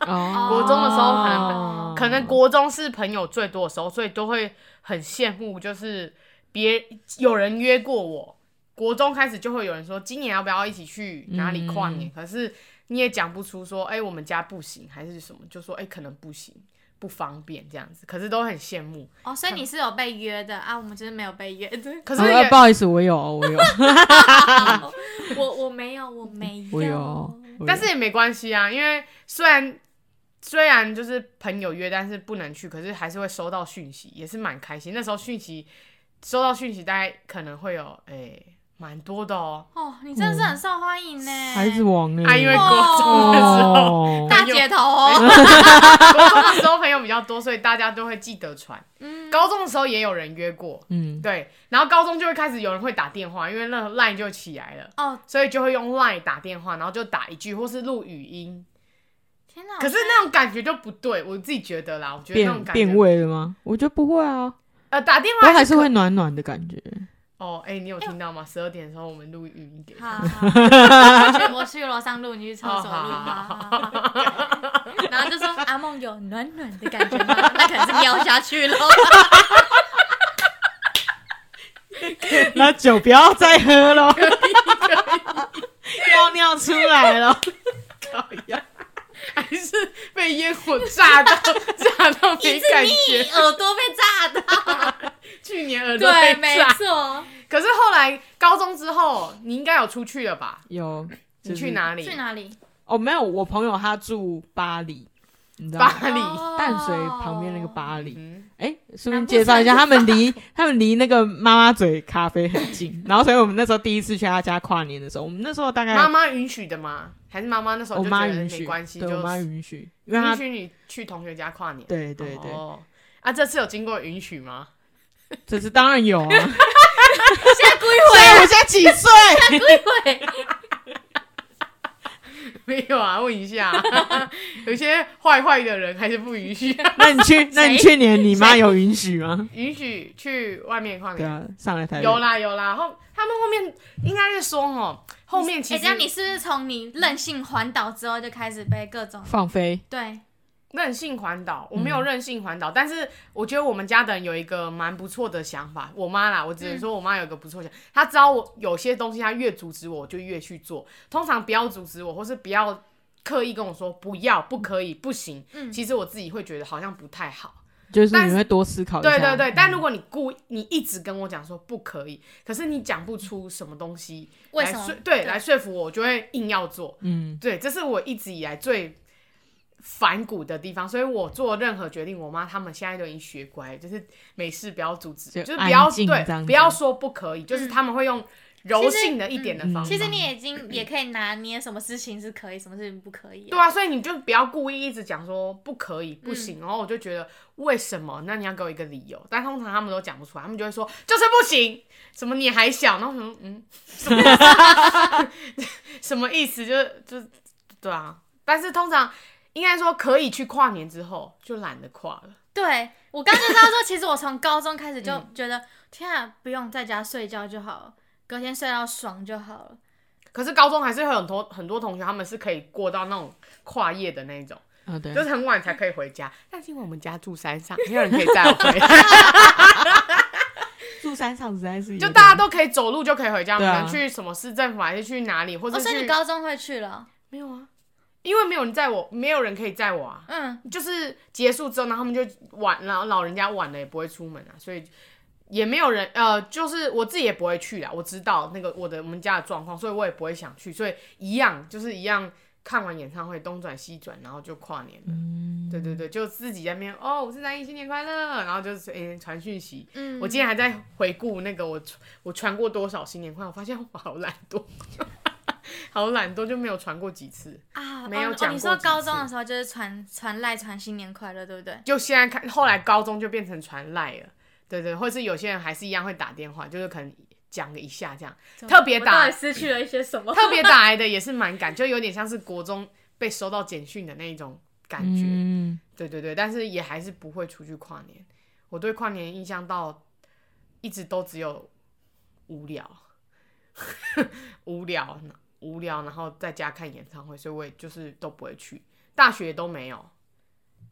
D: 哦
B: 国中的时候可能
D: 哦
B: 可能国中是朋友最多的时候，所以都会很羡慕，就是别有人约过我。国中开始就会有人说今年要不要一起去哪里跨年，
C: 嗯
B: 可是你也讲不出说，哎、我们家不行还是什么，就说哎、可能不行，不方便这样子，可是都很羡慕。
C: 哦，所以你是有被约的啊，我们就是没有被约的。
B: 可是
D: 哦
B: 也、
D: 不好意思，我有哦，我有，
C: 我我没有，我没有。
D: 我有哦，我有
B: 但是也没关系啊，因为虽然虽然就是朋友约，但是不能去，可是还是会收到讯息，也是蛮开心。那时候讯息收到讯息，大概可能会有诶蛮、多的哦。
C: 哦，你真的是很受欢迎呢、
D: 孩子王欸呢？
B: 啊，因为国
C: 哦
B: 中的时候，
D: 哦，
C: 大姐头、哦，
B: 国中的时候朋友比较多，所以大家都会记得传。
C: 嗯，
B: 高中的时候也有人约过，
D: 嗯，
B: 对，然后高中就会开始有人会打电话，因为那 line 就起来了，
C: 哦，
B: 所以就会用 line 打电话，然后就打一句或是录语音，
C: 天哪！
B: 可是那种感觉就不对，我自己觉得啦，我觉得那种
D: 变
B: 感觉
D: 变味了吗？我觉得不会啊，
B: 呃，打电
D: 我
B: 话
D: 还是会暖暖的感觉。
B: 哦，哎、你有听到吗？十二点的时候我们录语音给
C: 好，
B: 他。
C: 好好我去我去楼上录，你去厕所
B: 哦
C: 录，好
B: 好
C: 好好好 然后就说阿梦有暖暖的感觉吗？那可能是尿下 去了。
D: 那酒不要再喝 了，要尿出来了。
B: 还是被烟火炸到， 炸到没
C: 一直
B: 感
C: 你
B: 觉。
C: 耳朵被炸到，
B: 去年耳朵
C: 对，
B: 被
C: 没
B: 炸，
C: 错。
B: 可是后来高中之后，你应该有出去了吧？
D: 有，
B: 你去？哪里？
C: 去哪里？
D: 哦，没有，我朋友他住巴黎，你知道吗
B: 巴黎，
D: 淡水旁边那个巴黎，
B: 嗯，
D: 哎，顺便介绍一下，他们离 他们离那个妈妈嘴咖啡很近，然后所以我们那时候第一次去他家跨年的时候，我们那时候大概
B: 妈妈允许的吗？还是妈妈那时候
D: 哎我
B: 就觉
D: 妈
B: 得哎
D: 允
B: 没
D: 许，
B: 关系，就
D: 对我妈
B: 允
D: 允许，因为她
B: 许你去同学家跨年？
D: 对对对，
B: 哦啊，这次有经过允许吗？
D: 这是当然有啊，所
C: 现在故
D: 以
C: 意
D: 我现在几岁？
C: 回回，
B: 没有啊，问一下 啊，有些坏坏的人还是不允许，
D: 那你去那你去年你妈有允许吗？
B: 允许去外面跨
D: 对
B: 年。
D: 啊，上来台北
B: 有啦有啦，后他们后面应该是说哦， 后面其
C: 哎，
B: 实
C: 这样你是不是从你任性环岛之后就开始被各种
D: 放飞，
C: 对
B: 任性环岛，
C: 嗯
B: 我没有任性环岛，但是我觉得我们家的人有一个蛮不错的想法。我妈啦，我只能
C: 嗯
B: 说我妈有一个不错想，她知道我有些东西，她越阻止我，我就越去做。通常不要阻止我，或是不要刻意跟我说不要、不可以、不行。
C: 嗯
B: 其实我自己会觉得好像不太好。
D: 就是
B: 但是
D: 你会多思考一下。
B: 对对对，但如果你故意你一直跟我讲说不可以，可是你讲不出什么东西
C: 为
B: 来
C: 什么
B: 说哎对来说服我，我就会硬要做。
D: 嗯，
B: 对，这是我一直以来最反骨的地方，所以我做任何决定，我妈他们现在都已经学乖，就是没事不要阻止，
D: 就
B: 就是不要
D: 安静这样
B: 对，
D: 子
B: 不要说不可以，
C: 嗯
B: 就是他们会用柔性的一点的方法。
C: 其实你已经也可以拿捏什么事情是可以，什么事情不可以、
B: 对啊，所以你就不要故意一直讲说不可以、不行，然后我就觉得为什么？那你要给我一个理由。但通常他们都讲不出来，他们就会说就是不行，什么你还小，然后我想说嗯， 什么意思？什么意思？就是就是对啊。但是通常应该说可以去跨年之后就懒得跨了。
C: 对我刚刚就知道说，其实我从高中开始就
B: 嗯
C: 觉得，天啊，不用在家睡觉就好了，隔天睡到爽就好了。
B: 可是高中还是会有很多很多同学，他们是可以过到那种跨夜的那种，
D: 啊对
B: 就，是很晚才可以回家。但是因为我们家住山上，没有人可以载我回来。
D: 住山上实在是有
B: 就
D: 点
B: 大家都可以走路就可以回家，可
D: 对啊
B: 能去什么市政府还是去哪里，或者
C: 哦，所以
B: 去
C: 你高中会去了？哦
B: 没有啊？因为没有人载我，没有人可以载我啊。
C: 嗯，
B: 就是结束之后，然后他们就晚，然后老人家晚了也不会出门啊，所以也没有人呃，就是我自己也不会去啦。我知道那个我的我们家的状况，所以我也不会想去，所以一样就是一样。看完演唱会东转西转，然后就跨年了。对对对，就自己在那边哦，我是南一新年快乐，然后就是诶传讯息，
C: 嗯
B: 我今天还在回顾那个我我传过多少新年快乐，我发现我好懒惰，好懒惰就没有传过几次。
C: 啊，
B: 没有
C: 哦
B: 讲过
C: 哦。你说
B: 几
C: 高中
B: 次
C: 的时候就是传传赖传新年快乐，对不对？
B: 就现在看，后来高中就变成传赖了，对对，或是有些人还是一样会打电话，就是可能讲个一下这样，特别
C: 我到
B: 打
C: 底失去了一些什么？
B: 特别打来的也是蛮赶，就有点像是国中被收到简讯的那一种感觉，
D: 嗯，
B: 对对对，但是也还是不会出去跨年。我对跨年印象到一直都只有无聊， 无聊，无聊，然后在家看演唱会，所以我也就是都不会去。大学也都没有，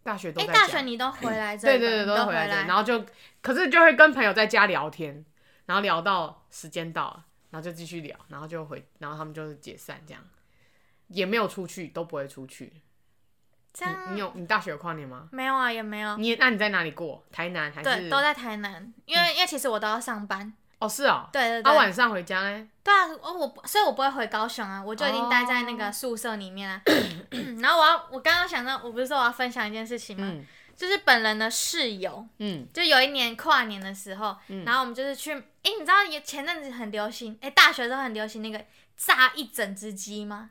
B: 大学都
C: 哎、
B: 在家。
C: 大学你都回来这
B: 对
C: 里了，
B: 对对，
C: 你都
B: 回
C: 来
B: 来这，然后就可是就会跟朋友在家聊天，然后聊到时间到了，然后就继续聊，然后就回，然后他们就是解散这样，也没有出去，都不会出去。
C: 这样
B: 你有你大学有跨年吗？
C: 没有啊，也没有。
B: 你那你在哪里过？台南还
C: 对，
B: 是？
C: 都在台南，因为、因为其实我都要上班。
B: 哦，是哦。
C: 对对
B: 他、
C: 对，
B: 晚上回家呢？
C: 对啊，我我不所以我不会回高雄啊，我就已经
B: 哦
C: 待在那个宿舍里面啊。 然后我要，我刚刚想到，我不是说我要分享一件事情吗？
B: 嗯
C: 就是本人的室友，
B: 嗯，
C: 就有一年跨年的时候，
D: 嗯
C: 然后我们就是去，哎，你知道也前阵子很流行，哎，大学的时候很流行那个炸一整只鸡吗？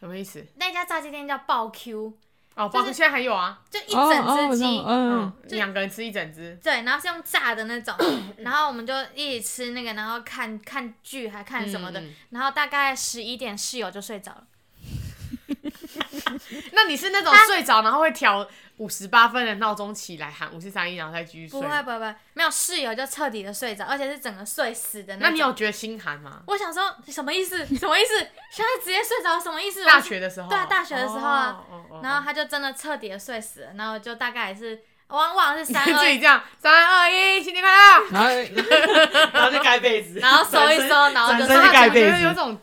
B: 什么意思？
C: 那家炸鸡店叫爆 Q，
B: 哦，
C: 就是
B: 包括现在还有啊，
C: 就一
D: 哦
C: 整
D: 哦，
C: 只
D: 我知
C: 鸡。
D: 道嗯
B: 嗯，两个人吃一整只，
C: 对，然后是用炸的那种， 然后我们就一起吃那个，然后看看剧还看什么的，
B: 嗯嗯
C: 然后大概十一点室友就睡着了。
B: 那你是那种睡着然后会调五十八分的闹钟起来喊五四三一，然后再继续睡
C: 不会？不会不会，没有室友就彻底的睡着，而且是整个睡死的
B: 那
C: 种。
B: 你有觉得心寒吗？
C: 我想说什么意思？什么意思？现在直接睡着什么意思？
B: 大
C: 我
B: 学的时候，
C: 对啊大学的时候啊
B: 哦，哦哦
C: 然后他就真的彻底的睡死了，然后就大概也是我忘忘了是三
B: 自
C: 二
B: 己，这样，三二一，新年快乐！
D: 然后 然后就盖被子，
C: 然后收一收，然后就
D: 转身就
C: 是
D: 盖被子
B: 觉得有种，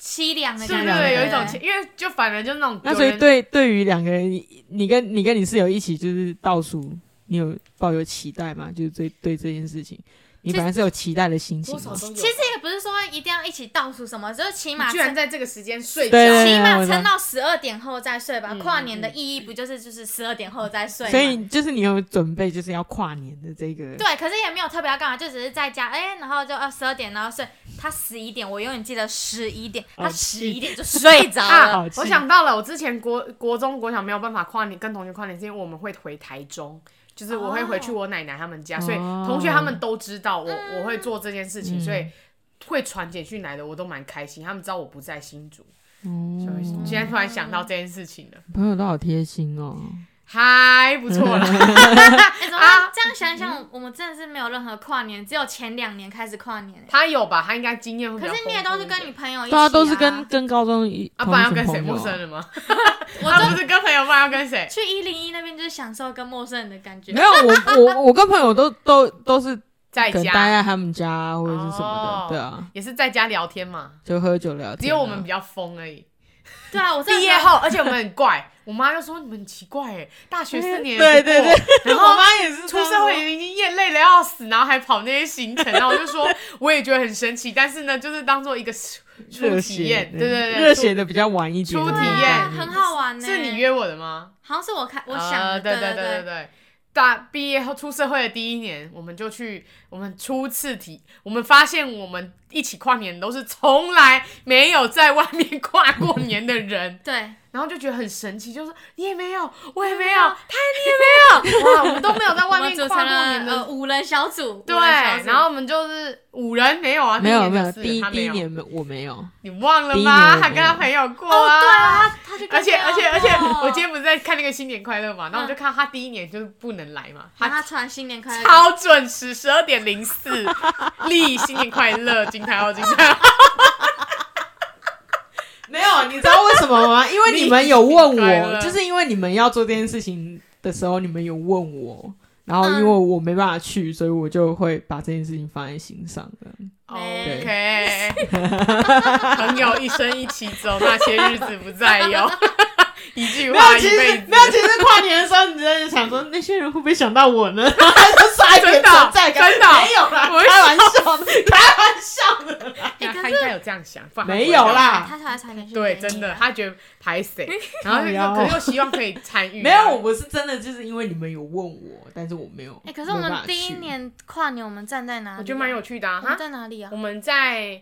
C: 凄凉的
B: 对对
C: 感觉，
D: 凄凉
B: 对，
D: 的
B: 有一种，因为就反正就是那种
D: 那
B: 有
D: 所以
B: 人，
D: 对对于两个人，你你跟你跟你室友一起就是倒数，你有抱有期待吗？就是对对这件事情，你
C: 其
D: 本来是有期待的心情
B: 多少
D: 嘛。
B: 都有。
C: 其实也不是说一定要一起倒数什么，就是起
B: 你
C: 码
B: 居然在这个时间睡
D: 对
B: 觉，
D: 对
C: 起码
D: 我知道
C: 撑到十二点后再睡吧。
B: 嗯
C: 跨年的意义不就是就是十二点后再睡吗？
D: 所以就是你有准备，就是要跨年的这个，
C: 对，可是也没有特别要干嘛，就只是在家，哎、然后就二十二点，然后睡。他十一点，我永远记得十一点，
B: 哦
C: 他
D: 好
C: 十一点就睡着了。
B: 啊
D: 好！气
B: 我想到了，我之前国国中、国小没有办法跨年，跟同学跨年，是因为我们会回台中，就是我会回去我奶奶他们家，所以
D: 哦
B: 同学他们都知道我、我会做这件事情，
D: 嗯
B: 所以会传简讯来的，我都蛮开心。他们知道我不在新竹，所以
D: 哦，
C: 嗯
B: 现在突然想到这件事情了，
D: 朋友都好贴心哦。
B: 还不错 啦。啊
C: 哎、怎么办这样想想，我们真的是没有任何跨年，只有前两年开始跨年、哎
B: 他有吧？他应该经验会比较
C: 可
B: 丰
C: 是
B: 富
C: 你
B: 一
C: 也
B: 点。
C: 都是跟你朋友一起、
D: 对啊，都是跟跟高中一
B: 啊，
D: 同
B: 不然要
D: 一群
B: 跟谁？
D: 朋友
B: 陌
D: 啊
B: 生人吗？
C: 我
B: 他不
C: 就是
B: 跟朋友，不然要跟谁？
C: 去一零一那边就是享受跟陌生人的感觉
D: 没。有，我我 我跟朋友都都都是
B: 在
D: 可能
B: 家
D: 待在他们家或者是什么
B: 哦
D: 的，对啊，
B: 也是在家聊天嘛，
D: 就喝酒聊天啊。
B: 只有我们比较疯而已。
C: 对啊，我真的
B: 毕业
C: 没有
B: 后，而且我们很怪，我妈就说你们很奇怪哎，大学四年
D: 对对对，
B: 然后
D: 我妈也是啊
B: 出社会已经厌累的要死，然后还跑那些行 程，然后我就说我也觉得很神奇，但是呢，就是当做一个初初
D: 热
B: 体
D: 血，
B: 验，对对对，
D: 热血的比较晚一点，
B: 初体
C: 对啊
B: 验
C: 很好玩
B: 初
C: 呢、
B: 是你，约我的吗？
C: 好像是我开我想
B: 呃
C: 的，
B: 对
C: 对
B: 对对对。大毕业后出社会的第一年，我们就去我们初次体，我们发现我们一起跨年都是从来没有在外面跨过年的人，
C: 对，
B: 然后就觉得很神奇，就是你也没有，我也没有，
C: 啊
B: 他 也你也没有，哇，我们都没有在
C: 我
B: 外
C: 们
B: 面
C: 组
B: 跨
C: 成
B: 过年
C: 了
B: 的，
C: 呃五人小组，
B: 对，
C: 五人小组
B: 然后我们就是五人没有啊，
D: 没有没有，
B: 第
D: 第一
B: 他
D: 第
B: 没
D: 一
B: 有，
D: 年没我没有，
B: 你忘了
D: 第一年我
B: 吗？
D: 没有
B: 还跟他朋友过
C: 哦，对
B: 啊。
C: 啊，他就 跟
B: 而且而且
C: 朋友
B: 而且，
C: 过
B: 我今天不是在看那个新年快乐嘛，然后我就
C: 哦嗯
B: 看他第一年就是不能来嘛，他
C: 然后他传新年快乐，
B: 超准时，十二点零四，立新年快乐，金台哦，金台哦，
D: 没有，你知道为什么吗？因 为你们有问
B: 你快乐
D: 我，就是因为你们要做这件事情的时候，你们有问我，然后因为我没办法去，所以我就会把这件事情放在心上 的。对
B: OK，朋友一生一起走，那些日子不再有。 一句
D: 没
B: 话
D: 有，
B: 一
D: 其
B: 辈
D: 实
B: 子
D: 没。有，其实跨年的时候，你真的想说那些人会不会想到我呢？ 然后就刷一点
B: 真的
D: 存在感，
B: 真的
D: 没有啦，
B: 我会
D: 开玩笑的，开玩笑的。
C: 哎可
B: 他
C: 是
B: 应该有这样想，不然他不会
D: 没有
C: 哎
D: 啦
C: 他才会传简讯给
B: 对，
C: 你
B: 真的，。他觉得排谁，然后
D: 靠
B: 又
D: 腰
B: 可是又希望可以参与。啊
D: 没有，我是真的就是因为你们有问我，但是我没有。
C: 哎，可是我
D: 没办
C: 们
D: 法
C: 第一
D: 去
C: 年跨年，我们站在哪里啊？
B: 我觉得蛮有趣的啊。
C: 我们
B: 哈，
C: 在哪里啊
B: 我？们 在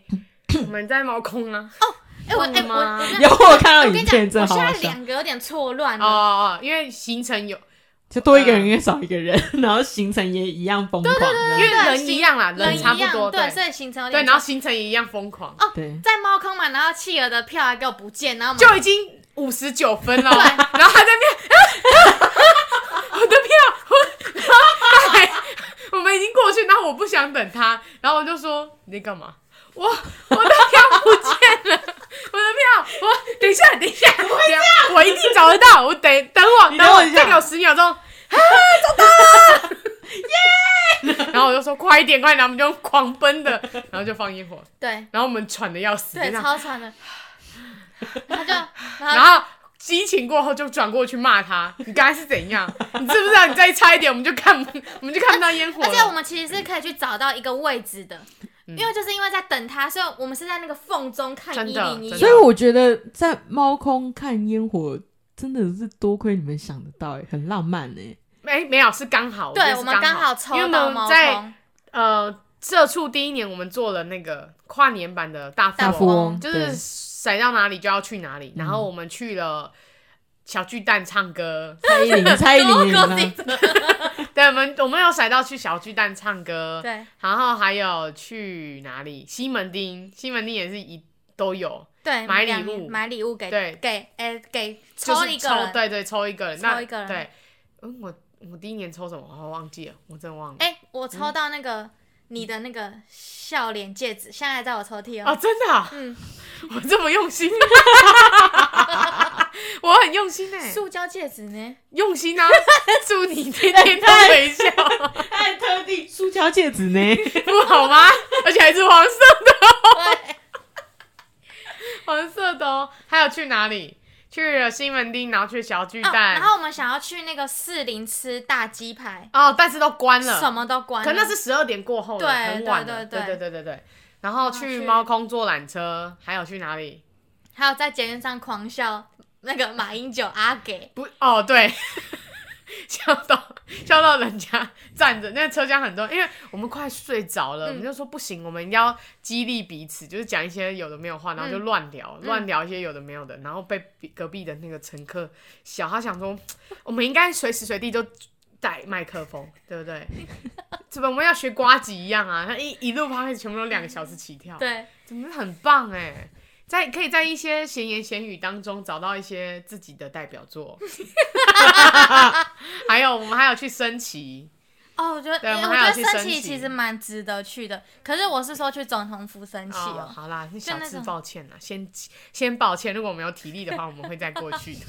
B: 我们在猫空啊。
C: 哎，我
B: 忘了
C: 哎我
B: 吗
C: 我
D: 有我看到
C: 我跟
D: 影
C: 你
D: 片，真
C: 讲，
D: 的
C: 我现
D: 好好
C: 在
D: 笑，
C: 两个有点错乱
B: 哦
C: 了。
B: 哦，哦因为行程有，
D: 就多一个人跟少一个人， 然后行程也一样疯狂。
B: 因为人一样啦，
C: 人一
B: 差不
C: 样
B: 多，
C: 对，
B: 对
C: 所以行程有
B: 对，
C: 点
B: 然后行程也一样疯狂，
D: 对，
C: 在猫空嘛，然后企鹅的票还给我不见，然后我
B: 就
C: 们
B: 已经五十九分了，然后还在那边，啊啊啊我的票，我，然后他还，我们已经过去，然后我不想等他，然后我就说你在干嘛？我我的票不见了， 我的票，我等一下，等一下，我这样，我一定找得到，我等等我，
D: 你
B: 等
D: 等我
B: 我
D: 一下
B: 再给我十秒钟。啊， 找到了，耶！然后我就说快一点，快一点，然后我们就狂奔的，然后就放烟火，
C: 对
B: 然后我们喘的要死，
C: 对
B: 这样
C: 超喘的，他就然
B: 然
C: 后
B: 后激情过后就转过去骂他，你刚才是怎样？你知不知道？你再差一点我们就看 不，我们就看不到烟火
C: 而且我
B: 了。嗯
C: 们其实是可以去找到一个位置的，因为就是因为在等他，所以我们是在那个缝中看
B: 真
C: 一
B: 的
C: 零一啊
B: 真。的
D: 所以我觉得在猫空看烟火真的是多亏你们想得到、欸，很浪漫哎、
B: 没没有是刚好，觉
C: 对，
B: 得
C: 我
B: 是
C: 们刚
B: 刚
C: 好
B: 因为
C: 抽
B: 我
C: 到
B: 们
C: 猫
B: 在
C: 空，
B: 呃社畜第一年我们做了那个跨年版的大富
C: 大
B: 翁
C: 富翁嗯
B: 就是甩到哪里就要去哪里，然后我们去了。小巨蛋唱歌，
D: 蔡依林，蔡依林呢？
B: 对，我们我们有甩到去小巨蛋唱歌，
C: 对
B: 然后还有去哪里？西门町，西门町也是一都有，
C: 对，
B: 买礼
C: 两年
B: 物
C: 买礼物给
B: 对
C: 给哎给
B: 就
C: 抽
B: 是
C: 一个人，
B: 对对，抽一个人，
C: 抽
B: 那
C: 一个人
B: 对，嗯，我我第一年抽什么，我忘记了，我真的忘了。
C: 哎，我抽到那个你的那个笑脸戒指，现在还在我抽屉
B: 哦，
C: 哦。
B: 真的、啊，
C: 嗯，
B: 我这么用心，啊我很用心哎、
C: 塑胶戒指呢？
B: 用心 啊！祝你天天都微笑，
D: 还哎特地塑胶戒指 呢？
B: 不好吗？而且还是黄色的哦，黄色的哦。还有去哪里？去了西门町，然后去小巨
C: 哦，
B: 蛋
C: 然，后我们想要去那个士林吃大鸡排，
B: 哦但是都关了，
C: 什么都关了，
B: 可啊那是十二点过后了，
C: 对
B: 很晚了，
C: 对
B: 对
C: 对
B: 对对对对。然后去
C: 去
B: 猫空坐缆车，还有去哪里？
C: 还有在捷运上狂笑那个马英九阿给，
B: 不，哦，对， 笑到笑到人家站着，那车厢很多，因为我们快睡着了，我们就说不行，我们一定要激励彼此，就是讲一些有的没有话，然后就乱聊，乱聊一些有的没有的，然后被比隔壁的那个乘客笑，他想说，我们应该随时随地都。带麦克风，对不 对？怎么我们要学瓜吉一样啊？他一一路趴开始全部都两个小时起跳，
C: 对，
B: 怎么很棒哎，在可以在一些闲言闲语当中找到一些自己的代表作。 还有我们还有去升旗，
C: 哦，我觉得
B: 对我们
C: 我
B: 还
C: 觉
B: 有去
C: 得升
B: 升旗
C: 旗其实蛮值得去的，可是我是说去总统府升旗
B: 哦，
C: 哦，
B: 好啦，那小
C: 那
B: 次
C: 种
B: 抱歉啦，先先抱歉，如果我们有体力的话，我们会再过去的。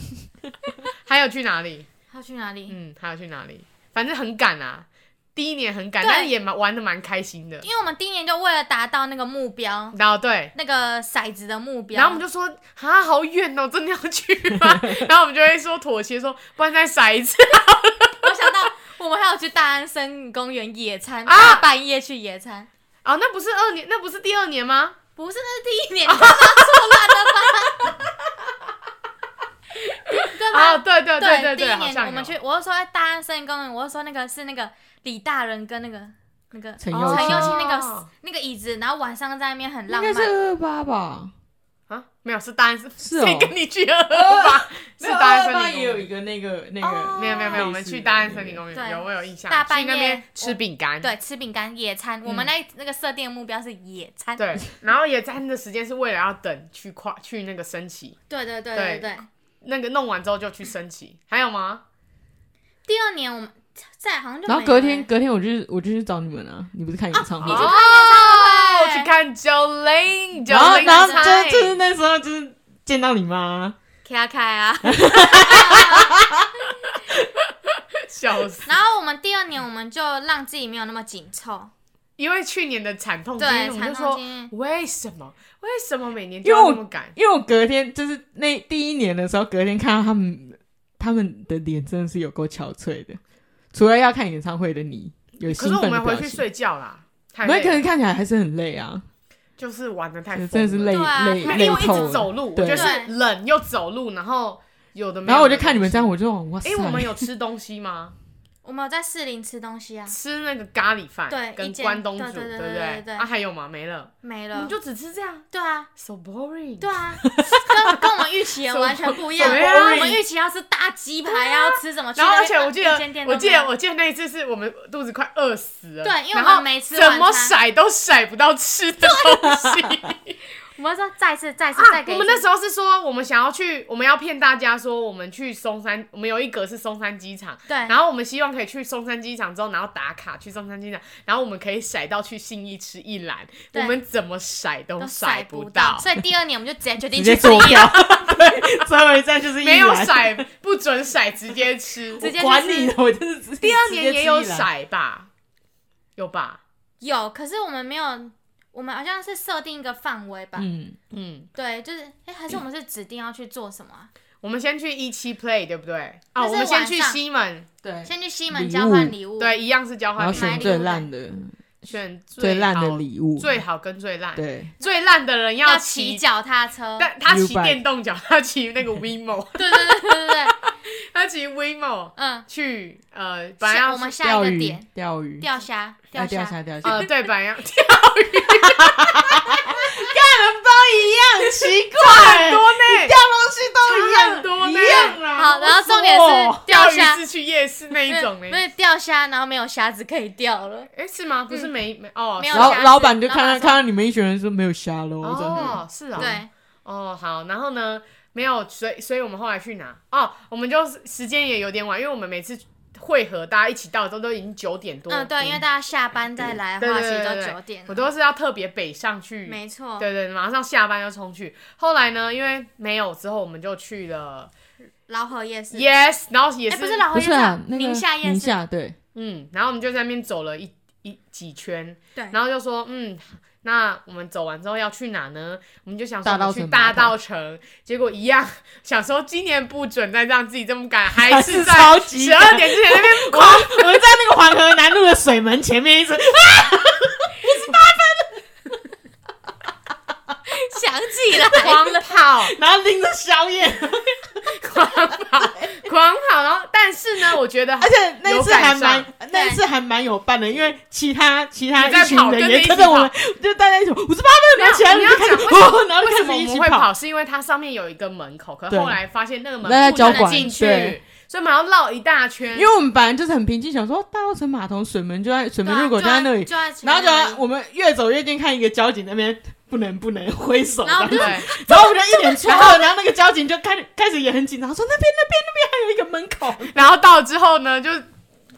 B: 还有去哪里？
C: 要去哪里？
B: 嗯，还有去哪里？反正很赶啊，第一年很赶，
C: 对
B: 但是也蛮玩的蛮开心的。
C: 因为我们第一年就为了达到那个目标，
B: 然后对，
C: 那个骰子的目标，
B: 然后我们就说啊，好远哦，真的要去吗？ 然后我们就会说妥协，说不然再骰一次。
C: 我想到我们还有去大安森林公园野餐，
B: 啊
C: 大半夜去野餐，
B: 哦，那不是二年，那不是第二年吗？
C: 不是那是第一年，你干嘛错 乱了吧？干嘛？
B: 啊，对对对对
C: 第一
B: 好
C: 年
B: 像
C: 我们
B: 有
C: 去，我是说在大安森林公园，我是说那个是那个李大人跟那个那个
D: 陈
B: 哦
D: 佑
C: 陈
D: 清
C: 佑清那
B: 哦
C: 个那个椅子，然后晚上在那边很
D: 应
C: 浪
D: 该是
C: 漫。
D: 二二八吧？
B: 啊，没有是大安是
D: 是
B: 谁
D: 哦
B: 跟你去二二八？是大安森
D: 八
B: 林公
D: 也有一
B: 园。
D: 个那个那
C: 哦
D: 个，
B: 没有没有没有，我们去大安森林公园，
C: 对
B: 有我有印象，
C: 大半
B: 去那
C: 夜
B: 边吃饼干，
C: 对，吃饼干野餐，我们那那个设定的目标是野
B: 嗯
C: 餐。
B: 对，然后野餐的时间是为了要等去跨去那个升旗，
C: 对对对
B: 对
C: 对对。
B: 那个弄完之后就去升旗，还有吗？
C: 第二年我们在好像就
D: 然后
C: 没
D: 隔
C: 了
D: 天
C: 欸
D: 隔天我就我就去找你们啊，你不是看演唱会
C: 你去
D: 吗？
C: 看
B: 哦，
C: 演唱会
B: 去看 Jolin，
D: 然后
B: Jolin
D: 然后
B: 的
D: 就就
B: 菜
D: 是那时候就是见到你妈，
C: 开开啊。
B: 笑死，
C: 然后我们第二年我们就让自己没有那么紧凑，
B: 因为去年的惨痛经历，
C: 对，
B: 我们就
C: 长痛
B: 说
C: 经。
B: 为什么为什么每年就
D: 因为
B: 要
D: 我
B: 那么赶？
D: 因为我隔天就是那第一年的时候，隔天看到他们他们的脸真的是有够憔悴的，除了要看演唱会的你有
B: 可
D: 兴
B: 是我
D: 奋的
B: 们回
D: 表
B: 去
D: 情，
B: 睡觉啦，太
D: 没有
B: 累
D: 可能
B: 了，
D: 看起来还是很累啊，
B: 就是玩的太
D: 真
B: 疯
D: 的是
B: 了
D: 累
C: 对啊
D: 累
B: 因为
D: 累
B: 因为一
D: 透
B: 直
D: 了。
B: 走路，我
D: 对
B: 觉得是冷又走路，然后有的没有的
D: 然后我就看你们这样，我就哇哇塞
B: 哎、！我们有吃东西 吗？
C: 我们有在士林吃东西啊，
B: 吃那个咖喱饭，
C: 对
B: 跟
C: 一间
B: 关东煮，
C: 对对对
B: 不
C: 对对对
B: 啊，还有吗？没了，
C: 没
B: 我
C: 了
B: 们。就只吃这样
C: 对啊，
B: ，so boring。
C: 对啊，跟 跟我们预期的完全不一样。
B: 什么呀
C: 我们预期要吃大鸡排，要吃什么？
B: 然后，
C: 去那
B: 而且我记得
C: 一间店，都
B: 我
C: 没有
B: 记得，我记得那一次是我们肚子快饿死了，
C: 对因为
B: 然
C: 我们
B: 后
C: 没吃晚餐
B: 怎么甩都甩不到吃的东西 啊！
C: 我们说再次再次再给一次。
B: 我们那时候是说，我们想要去，我们要骗大家说我们去松山，我们有一格是松山机场，
C: 对，
B: 然后我们希望可以去松山机场之后，然后打卡去松山机场，然后我们可以甩到去信义吃一篮，我
C: 对
B: 们怎么甩都
C: 都
B: 甩
C: 甩
B: 不
C: 不
B: 到，
C: 所以第二年我们就直接决定
D: 直
C: 去
D: 接
C: 吃
D: 坐
C: 一
D: 票，对，最后一站就是一
B: 没有
D: 兰
B: 甩不准甩，直接吃。
C: 直接
D: 我
C: 就
D: 管
C: 是
D: 你的，我就是直
B: 第二年
D: 直接
B: 也有
D: 吃一兰
B: 甩吧，有吧？
C: 有，可是我们没有，我们好像是设定一个范围吧？
D: 嗯，
B: 嗯，
C: 对，就是哎，还是我们是指定要去做什么啊？
B: 我们先去一期 play 对不对？
C: 那
B: 啊，
C: 是
B: 我们先去
C: 晚上
B: 西门，
D: 对
C: 先去西门交换礼物，
B: 对，，一样是交
D: 然
B: 换
D: 后
B: 礼物，
D: 选最烂的、
B: 选
D: 最烂的
B: 好
D: 礼物，
B: 最好跟最烂，
D: 对，
B: 最烂的人
C: 要骑
B: 骑，
C: 脚踏车，
B: 但他骑
D: U-bike
B: 电动脚， 他骑那个 WeMo，
C: 对对对对对对，
B: 他骑 WeMo
C: 嗯，去，
B: 呃，本来要
C: 我们下一
D: 钓
C: 个
D: 鱼
C: 点，
D: 钓鱼，
C: 钓虾，
D: 啊，钓
C: 虾，
D: 虾，钓虾，
B: 呃，
D: 跟
B: 对，本来 要
D: 包一样，奇 怪
B: 很多呢，
D: 钓东西都
B: 差很多呢
D: 啦
C: 好然后重点是
B: 钓
C: 钓
B: 鱼
C: 虾
B: 是去夜市那一种
C: 因为
B: 呢
C: 因。为钓虾，然后没有虾子可以钓了，
B: 哎，是吗？不是没没哦，
C: 嗯没有
D: 老
C: 虾子
D: 老板就看
C: 老
D: 到
C: 板说
D: 看到你们一群人说没有虾喽，这样
B: 哦，是啊，
C: 对，
B: 哦，好，然后呢，没有，所以所以我们后来去哪？哦，我们就是时间也有点晚，因为我们每次会合大家一起到的时候都已经九点多，
C: 嗯对，因为大家下班再来
B: 对
C: 的话，其
B: 对
C: 实
B: 对
C: 都
B: 对
C: 九点
B: 我
C: 了，
B: 都是要特别北上去，
C: 没错，
B: 对对，马上下班就冲去。后来呢，因为没有之后，我们就去了
C: 老河夜市，
B: Yes，然后也
C: 哎，
B: 是
C: 不是老河
D: 不
C: 夜
D: 是
C: 市
D: 啊
C: 啊，，
D: 那个
C: 宁夏夜
D: 宁
C: 市，
D: 夏对，
B: 嗯，然后我们就在那边走了一一几圈，
C: 对
B: 然后就说嗯，那我们走完之后要去哪呢？我们就想说
D: 大
B: 我
D: 稻
B: 们
D: 城
B: 去
D: 码
B: 大
D: 头
B: 稻城，结果一样，想说今年不准再让自己这么赶，还
D: 是
B: 在
D: 超级
B: 十二点之前那边
D: 我 我在那个黄河南路的水门前面一直，
C: 想 起来
B: 狂
C: 了，啊
B: 跑，
D: 然后拎着宵夜，
B: 狂跑，狂跑。然后，但是呢，我觉得
D: 而且那一次还
B: 有
D: 蛮那一次还蛮有伴的，因为其他其他
B: 你在
D: 一
B: 跑
D: 群
B: 跟
D: 人也
B: 着一起
D: 跟着我们，就大家一起，我是八分，然后其他
B: 你
D: 人
B: 要
D: 就开始，
B: 讲为什么
D: 哦然后就
B: 为什
D: 开
B: 么
D: 始
B: 我
D: 一
B: 们
D: 起
B: 会
D: 跑，
B: 跑？是因为它上面有一个门口，可
D: 对
B: 后来发现那个门
D: 那在
B: 不
D: 交
B: 能
D: 管
B: 进
D: 对
B: 去，所以我们要绕一大圈。
D: 因为我们本来就是很平静，想说大稻城码头水门就在水门啊入口就在那里，
C: 就在前
D: 然后
C: 面
D: 就在我们越走越近，看一个交警那边不能不能挥手，
C: 然后我们就
B: 对，
D: 然后我们就一脸错愕，然后那个交警就开始开始也很紧张，说那边那边那边还有一个门口，
B: 然后到了之后呢，就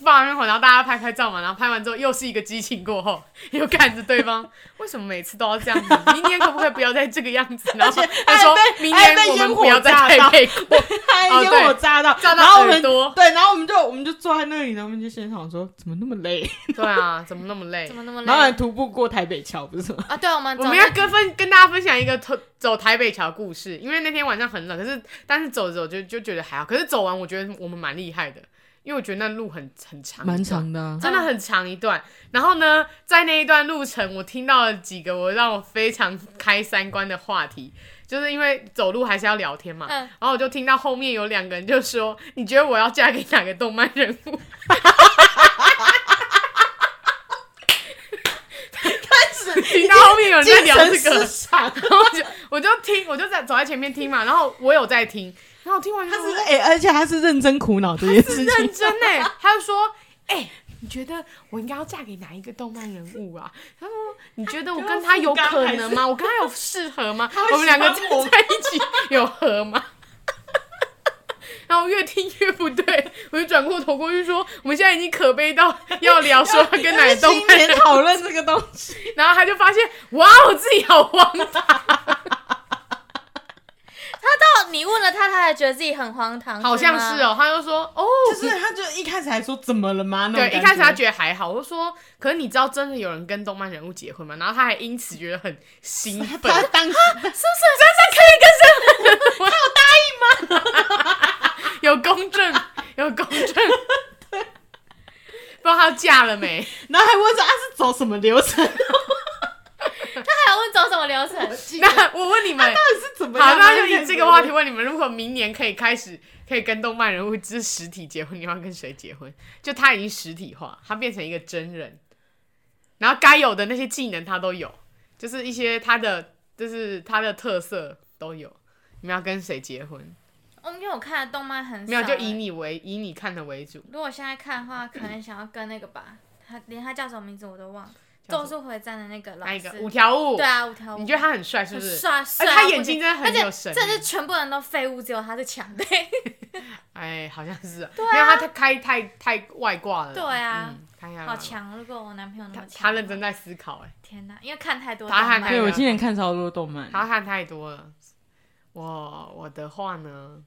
B: 放完烟火，然后大家拍拍照嘛，然后拍完之后又是一个激情过后， 又看着对方，为什么每次都要这样子？明年可不可以不要再这个样子？然后他说
D: 还被
B: 明
D: 还
B: 年
D: 被
B: 我们
D: 烟火
B: 不要再
D: 炸
B: 太
D: 到
B: 配过，
D: 他烟火哦炸到，
B: 炸
D: 然后
B: 到
D: 我们
B: 耳朵。
D: 对，然后我们就我们就坐在那里，然后我们就现场说怎么那么累，
B: 对啊，怎么那么累
C: 怎？么那么
D: 然后还
C: 累
D: 徒步过台北桥，不是吗？
C: 啊？对，我们
B: 我
C: 走
B: 们
C: 那
B: 要跟分跟大家分享一个走走台北桥故事，因为那天晚上很冷，可是但是走着走就就觉得还好，可是走完我觉得我们蛮厉害的，因为我觉得那路很很长，
D: 蛮长的、啊，
B: 真的很长一段。然后呢，在那一段路程，我听到了几个我让我非常开三观的话题，就是因为走路还是要聊天嘛。
C: 嗯
B: 然后我就听到后面有两个人就说：“你觉得我要嫁给哪个动漫人物
D: 开？”始
B: 听到后面有人在
D: 精
B: 聊这
D: 神
B: 个
D: 失，常。
B: 然后我就我就听，我就在走在前面听嘛，然后我有在听，然后我听完就
D: 他
B: 说
D: 是哎、而且他是认真苦恼这件事
B: 认
D: 情，
B: 真呢，他就说：“哎、你觉得我应该要嫁给哪一个动漫人物啊？”他说：“你觉得我跟他有可能 吗？我跟他有适合吗？
D: 会
B: 我们两个
D: 喜
B: 站
D: 欢我吗
B: 在一起有合吗？” 然后我越听越不对，我就转过头过去说：“我们现在已经可悲到要聊说他跟哪个动
D: 青
B: 漫人
D: 年讨论这个东西，
B: 然后他就发现：“哇，我自己好荒唐。
C: 他到你问了他，他还觉得自己很荒唐，”
B: 好像是
C: 哦。
B: 哦，他就说：“哦，
D: 就是他就一开始还说怎么了吗？那
B: 对，
D: 种感
B: 一
D: 觉
B: 开始他觉得还好，我就说，可是你知道真的有人跟动漫人物结婚吗？然后他还因此觉得很兴奋，
D: 他当时
B: 有公正，有公 正，不知道他嫁了没？
D: 然后还问说啊是走什么流程，
C: 他还问走什么流程？
B: 那我问你们，好，
D: 是怎么样？
B: 那就以这个话题问你们，如果明年可以开始可以跟动漫人物之实体结婚，你要跟谁结婚？就他已经实体化，他变成一个真人，然后该有的那些技能他都有，就是一些他的就是他的特色都有。你们要跟谁结婚？
C: 哦因为我看的动漫很少，欸
B: 没有，就以。你为以你看的为主。
C: 如果现在看的话，可能想要跟那个吧，他连他叫什么名字我都忘了，《
B: 叫
C: 咒
B: 什
C: 术回战》的那个老
B: 哪一
C: 师
B: 个？五条悟。
C: 对啊，五条悟。
B: 你觉得他很帅是不
C: 很
B: 是？
C: 帅？
B: 而且
C: 帅到
B: 他
C: 不
B: 眼
C: 行
B: 睛真的
C: 而
B: 很
C: 且
B: 有神
C: 这是
B: 韵。
C: 全部人都废物，只有他是强 的。
B: 哎，好像是啊。
C: 对啊
B: 没有他太开太太外挂了。
C: 对啊
B: 嗯，太外挂
C: 好
B: 了。
C: 强！如果我男朋友那
B: 他
C: 么强，
B: 他认真。在思考，哎，
C: 天哪，因为看太多
B: 他
C: 动漫
B: 看太
D: 对
B: 多
D: 我今年看超多动漫，
B: 他看太多了。我我的话呢，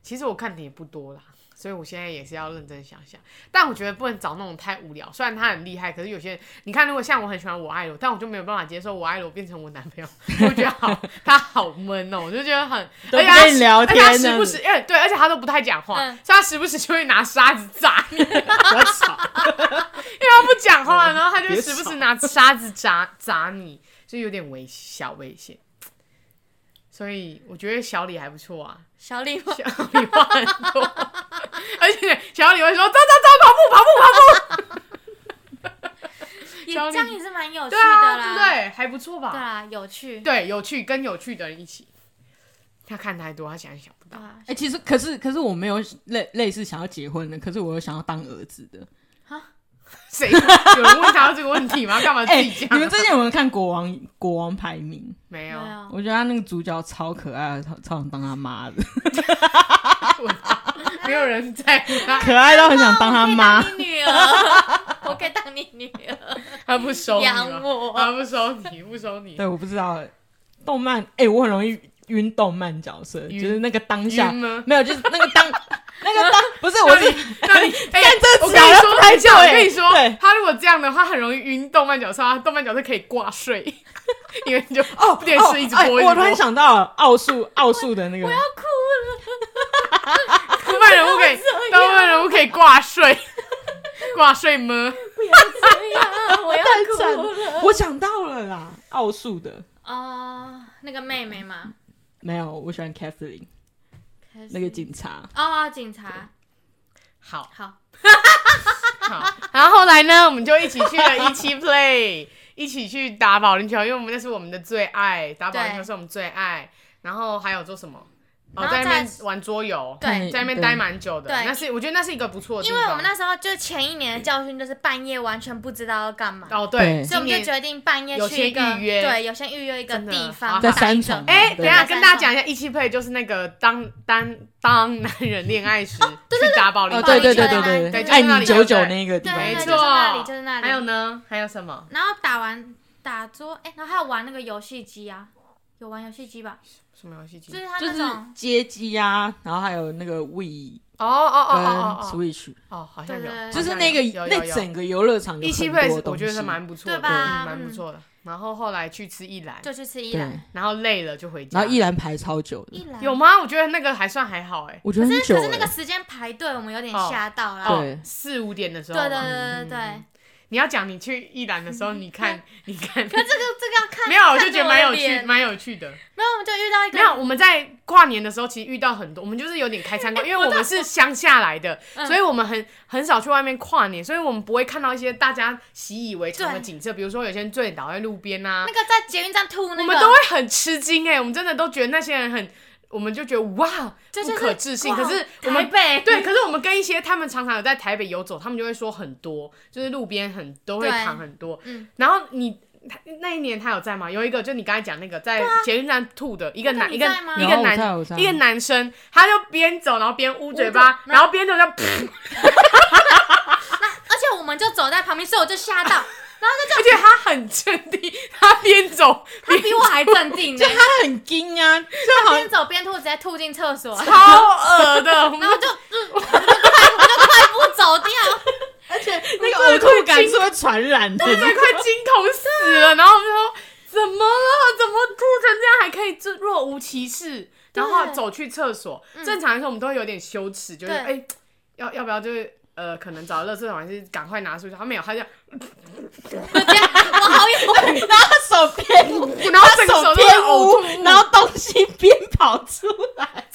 B: 其实我看的也不多啦，所以我现在也是要认真想想。但我觉得不能找那种太无聊，虽然他很厉害，可是有些人，你看，如果像我很喜欢我爱罗，但我就没有办法接受我爱罗变成我男朋友， 我觉得 好，他好闷哦、我就觉得很，
D: 都
B: 而且
D: 不
B: 他
D: 跟你聊天
B: 而且他时
D: 呢
B: 不时，哎、对，而且他都不太讲话，
C: 嗯
B: 所以他时不时就会拿沙子砸你，因为
D: 我操！
B: 他不讲话，然后他就
D: 别
B: 时不
D: 吵
B: 时拿沙子砸砸你，就有点危小危险。所以我觉得小李还不错啊，
C: 小李吗？
B: 小李话很 多，而且小李会说走走走，跑步跑步跑步，
C: 也
B: 小李
C: 这样也是蛮有趣
B: 对
C: 的
B: 啊，对
C: 啦，
B: 不对？还不错吧？
C: 对啊，有趣。
B: 对，有趣跟有趣的人一起。他看太多，他想也想不到。
C: 啊
D: 哎、，其实可是可是我没有类类似想要结婚的，可是我又想要当儿子的。
B: 谁有人问他这个问题吗？干嘛自
D: 哎、
B: 己
D: 你
B: 讲？
D: 们最近有没有看国王国王排名？
B: 没
C: 没
B: 有，
C: 有，
D: 我觉得他那个主角超可爱的，超超想当他妈的，
C: 啊
B: 没有人在乎他，
D: 可爱到很想当他
C: 我
D: 哎妈
C: 可。以当你女儿，我可以当你女 儿，
B: 他不收你
C: 养
B: 吗？
C: 我。
B: 他不收你，不收你，
D: 对，我不知道动漫，哎、我很容易晕动漫角色，就
B: 晕
D: 是那个当下
B: 晕吗？
D: 没有，就是那个当 那个当不是我是
B: 那 你哎，
D: 这
B: 我
D: 只
B: 跟你
D: 要
B: 说，
D: 拍
C: 欸
D: 照
B: 我
D: 哎
B: 跟你说
D: 对，
B: 他如果这样的话，很容易晕动漫角色，他动漫角色可以挂睡，因为你就
D: 哦
B: 电
D: 哦
B: 视一直
D: 哎
B: 播一直
D: 我突然
B: 播
D: 想到了奥数奥数的 那个，
B: 动漫人物 可以，动漫人物可以挂睡，挂睡吗？
C: 对呀， 我要
D: 太惨
C: 哭了
D: 我想到了啦，奥数的
C: 哦，那个妹妹嘛，
D: 没有，我喜欢 Catherine 那个警察，
C: 哦，警察，
B: 好
C: 好，
B: 好，然后后来呢，我们就一起去了一期 play，一起去打保龄球，因为我们那是我们的最爱，打保龄球
C: 对
B: 是我们最爱。然后还有做什么？哦，
C: 然后
B: 在那边
C: 再
B: 玩桌游，
C: 对
B: 在那边待蛮久的。
C: 对
B: 那是我觉得那是一个不错的地
C: 因
B: 方，
C: 为我们那时候就前一年的教训就是半夜完全不知道要干嘛，
B: 哦对，
D: 对
C: 所以我
B: 今
C: 们就
B: 年
C: 决定半夜
B: 有
C: 去一个
B: 先预约
C: 对，有先预约一个
B: 真的
C: 地
B: 好
C: 方
D: 在
C: 打
D: 三
C: 一个
D: 重
B: 哎、
D: 嗯对
B: 等一下
C: 对
B: 跟大家讲一下，一期配就是那个当当当男人恋爱时、去打保龄
D: 哦
B: 球，
D: 对对对
C: 保龄球的那
D: 对爱
B: 对就是那
D: 你
B: 里
D: 久久
B: 对不对
D: 那个地
C: 对
D: 方，
C: 对
B: 没
C: 对，
B: 错
C: 就是那里，就是那里。
B: 还有呢？还有什么？
C: 然后打完打桌，哎、然后还有玩那个游戏机啊，有玩游戏机吧？
B: 什么游戏机
C: 就？是他
D: 就
C: 那
D: 是
C: 种，
D: 街机啊，然后还有那个 We
B: 哦哦哦
D: 跟
B: 哦哦
D: 嗯 Switch，
B: 哦，哦，好像有
C: 对对，对
D: 就
B: 好
D: 是
B: 像
D: 那个
B: 有有有
D: 那整个游乐场有
B: 一期
D: 很
B: 配
D: 多，
B: 我
D: 东
B: 觉得是
D: 西，
B: 蛮不错的，
C: 对吧
B: 嗯蛮不错的。然后后来去吃一兰，
C: 就去吃一
D: 对，
C: 兰，
B: 然后累了就回家。
D: 然后依然排超久的，
C: 一兰
B: 有？吗？我觉得那个还算还好哎、
D: 我觉
C: 可
D: 得很
C: 是
D: 久
C: 可是那个
D: 欸，
C: 时间排队，我们有点
B: 哦嗯
C: 吓到啦。
D: 对
B: 哦，四五点的时
C: 对
B: 候嘛。
C: 对对对对，
B: 你要讲你去一兰的时 候，你看你看，
C: 可这个这个要 看，
B: 没有，我
C: 看
B: 就
C: 着
B: 觉得
C: 我的
B: 蛮有趣，
C: 脸
B: 蛮有趣的。
C: 没有，我们就遇到一个
B: 没有，我们在跨年的时候其实遇到很多，我们就是有点开 餐馆，因为我们是乡下来的，
C: 嗯
B: 所以我们很很少去外面跨年，所以我们不会看到一些大家习以为常的景色，比如说有些人醉倒在路边啊
C: 那，个在捷运站吐那个，
B: 我们都会很吃惊哎、我们真的都觉得那些人很，我们就觉得哇，
C: 这
B: 不
C: 就是
B: 可置信。
C: 哇
B: 可是我
C: 台
B: 们
C: 北
B: 对，可是我们跟一些他们常常有在台北游走，他们就会说很多，就是路边很都会
C: 对
B: 躺很多。
C: 嗯
B: 然后你他那一年他有在吗？有一个就你刚才讲那个在捷运站吐的一个男
C: 啊你
B: 一个
C: 在吗
B: 一个
D: 有我在
B: 男
D: 我在
B: 一个男生，他就边走然后边捂嘴
C: 捂嘴
B: 巴，然后边走 就噗，
C: 啊而且我们就走在旁边，所以我就吓到，
B: 而且他很镇定，他边走
C: 他比我还镇定 呢
D: 就，他很惊啊，就好
C: 边走边吐，直接吐进厕所， 然
B: 超恶 的，我们
C: 后就嗯，我就快我就快步走掉，
D: 那个呕吐感是会传染的，
B: 这快惊恐死了。然后我们就说怎么了？怎么吐成这样还可以这若无其事？然后
C: 对
B: 走去厕所，
D: 嗯
B: 正常来说我们都会有点羞耻，就是
C: 对
B: 哎、要要不要就是呃，可能找垃圾桶还是赶快拿出去？他没有，他就
C: 我这样我好有。
D: 然后他手边
B: 然后
D: 他
B: 整个
D: 手
B: 都
D: 边
B: 是呕吐
D: 捂，
B: 物，
D: 然后东 西边跑出来，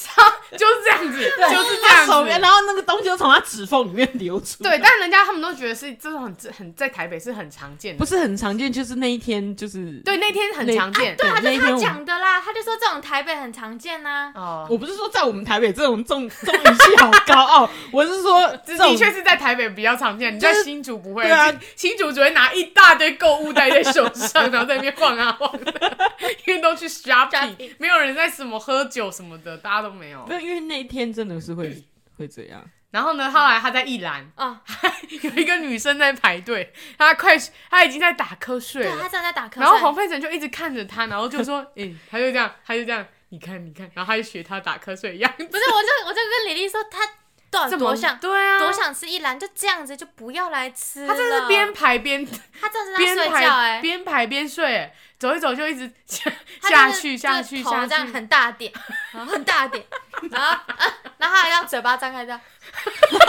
B: 就是这样子，就是这
D: 他手
B: 样
D: 边，
B: 子。
D: 然后那个东西就从他指缝里面流出，
B: 对，，但人家他们都觉得是这种很很在台北是很常见
D: 不
B: 的，
D: 是很常见，就是那一天就是
B: 对，那天很常见。
D: 对
C: 对啊，
D: 那
C: 就
D: 一
C: 是
D: 天
C: 他
D: 我
C: 讲的啦，他就说这种台北很常见啊呐、
D: 啊
B: 哦，
D: 我不是说在我们台北这种重重语气好高傲，我是说
B: 这
D: 这 种
B: 的确是在台北比较常见，你在
D: 就是
B: 新竹不会。
D: 对啊
B: 新新竹只会拿一大堆购物袋在手上，然后在那边晃啊晃的，因为都去 shopping，
C: Shopping
B: 没有人在什么喝酒什么的，大家都没有
D: 没。有，因为那一天真的是会会这样，
B: 然后呢，后来他在一兰
C: 哦，
B: 有一个女生在排队，她快她已经在打瞌睡
C: 对，
B: 了
C: 他，正在打瞌睡。
B: 然后黄佩晨就一直看着她，然后就 说：“诶，她就这样，她就这样，你看你看。”然后她就学她打瞌睡一样，
C: 不是，我就我就跟李丽说，他到底
B: 这么
C: 哦多想
B: 对啊，
C: 多想吃一兰，就这样子就不要来吃了。
B: 她真的是边排边
C: 他真的是
B: 边
C: 在睡
B: 排
C: 觉哎、
B: 边排边睡、欸走一走就一直 下
C: 他
B: 下
C: 真的
B: 去
C: 是
B: 下去
C: 头
B: 下
C: 这样
B: 去，
C: 很大点， 然后很大 点，然后、啊、然后还让嘴巴张开这样，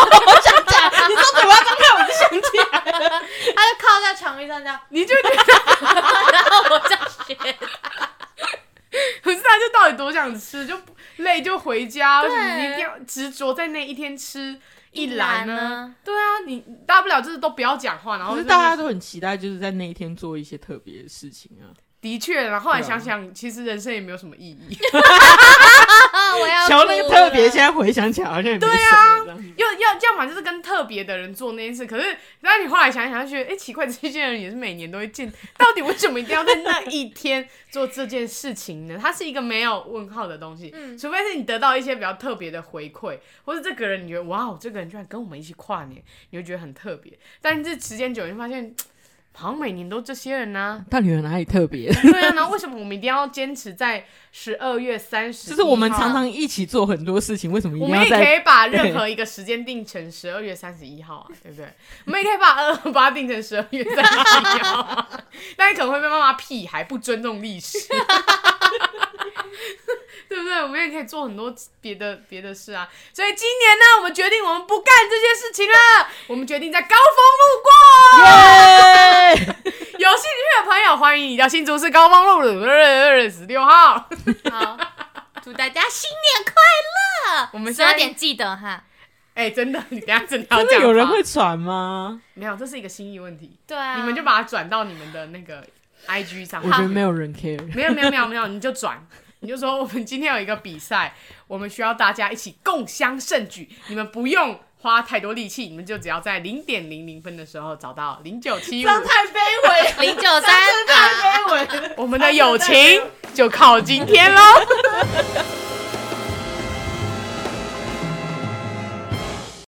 D: 你说嘴巴张 开我就想起来，
C: 他就靠在床壁上这样，
B: 你就觉得
C: 然后我就学。
B: 可是啊他就到底多想吃，就不累就回家，为
C: 对
B: 什么你一定要执着在那一天吃一篮
C: 篮
B: 呢？
C: 呢？
B: 对啊，你大不了就是都不要讲话，然后
D: 可是
B: 就
D: 大家都很期待，就是在那一天做一些特别的事情啊。
B: 的确，然后后来
D: 对啊
B: 想想，其实人生也没有什么意义，
C: 啊， 我要
D: 瞧那个
C: 哭
D: 特别，
C: 了
D: 现在回想起来好像也没
B: 啊
D: 什么这样子。
B: 要要要么就是跟特别的人做那件事，可是那你后来想一想，就觉得哎、诶奇怪，这些人也是每年都会见，到底为什么一定要在那一天做这件事情呢？它是一个没有问号的东西，
C: 嗯
B: 除非是你得到一些比较特别的回馈，或是这个人你觉得哇，这个人居然跟我们一起跨年，你会觉得很特别，但是时间久了，你就发现。好像每年都这些人呢、
D: 到底有哪里特别？
B: 对啊，然后为什么我们一定要坚持在十二月三十？啊
D: 就是我们常常一起做很多事情，为什么一
B: 我们
D: 定要
B: 也可
D: 在？
B: 以把 任何一个时间定成十二月三十一号啊，对不对？我们也可以把二二八定成十二月三十一号啊，但是可能会被妈妈屁还不尊重历史， 对不对？我们也可以做很多别的别的事啊。所以今年呢，我们决定我们不干这些事情了，我们决定在高 峰路过。
D: 耶！
B: 有兴趣的朋友，欢迎你到新竹市高峰路 二十六号。
C: 好，祝大家新年快乐！
B: 我们
C: 十
B: 现在
C: 二点记得哈。
B: 哎、真的，你等一下真的要
D: 真
B: 这样
D: 的有人
B: 吗
D: 会传吗？
B: 没有？这是一个心意问题。
C: 对啊，
B: 你们就把它转到你们的那个 IG 上。
D: 我觉得没有人 care。
B: 没有没有没有没有，你就转， 你就说我们今天有一个比赛，我们需要大家一起共襄盛举。你们不用花太多力气，你们就只要在零点零零分的时候找到零九七五，
E: 太卑微了，
C: 零 九三啊
E: 太卑微了。
B: 我们的友情就靠今天喽。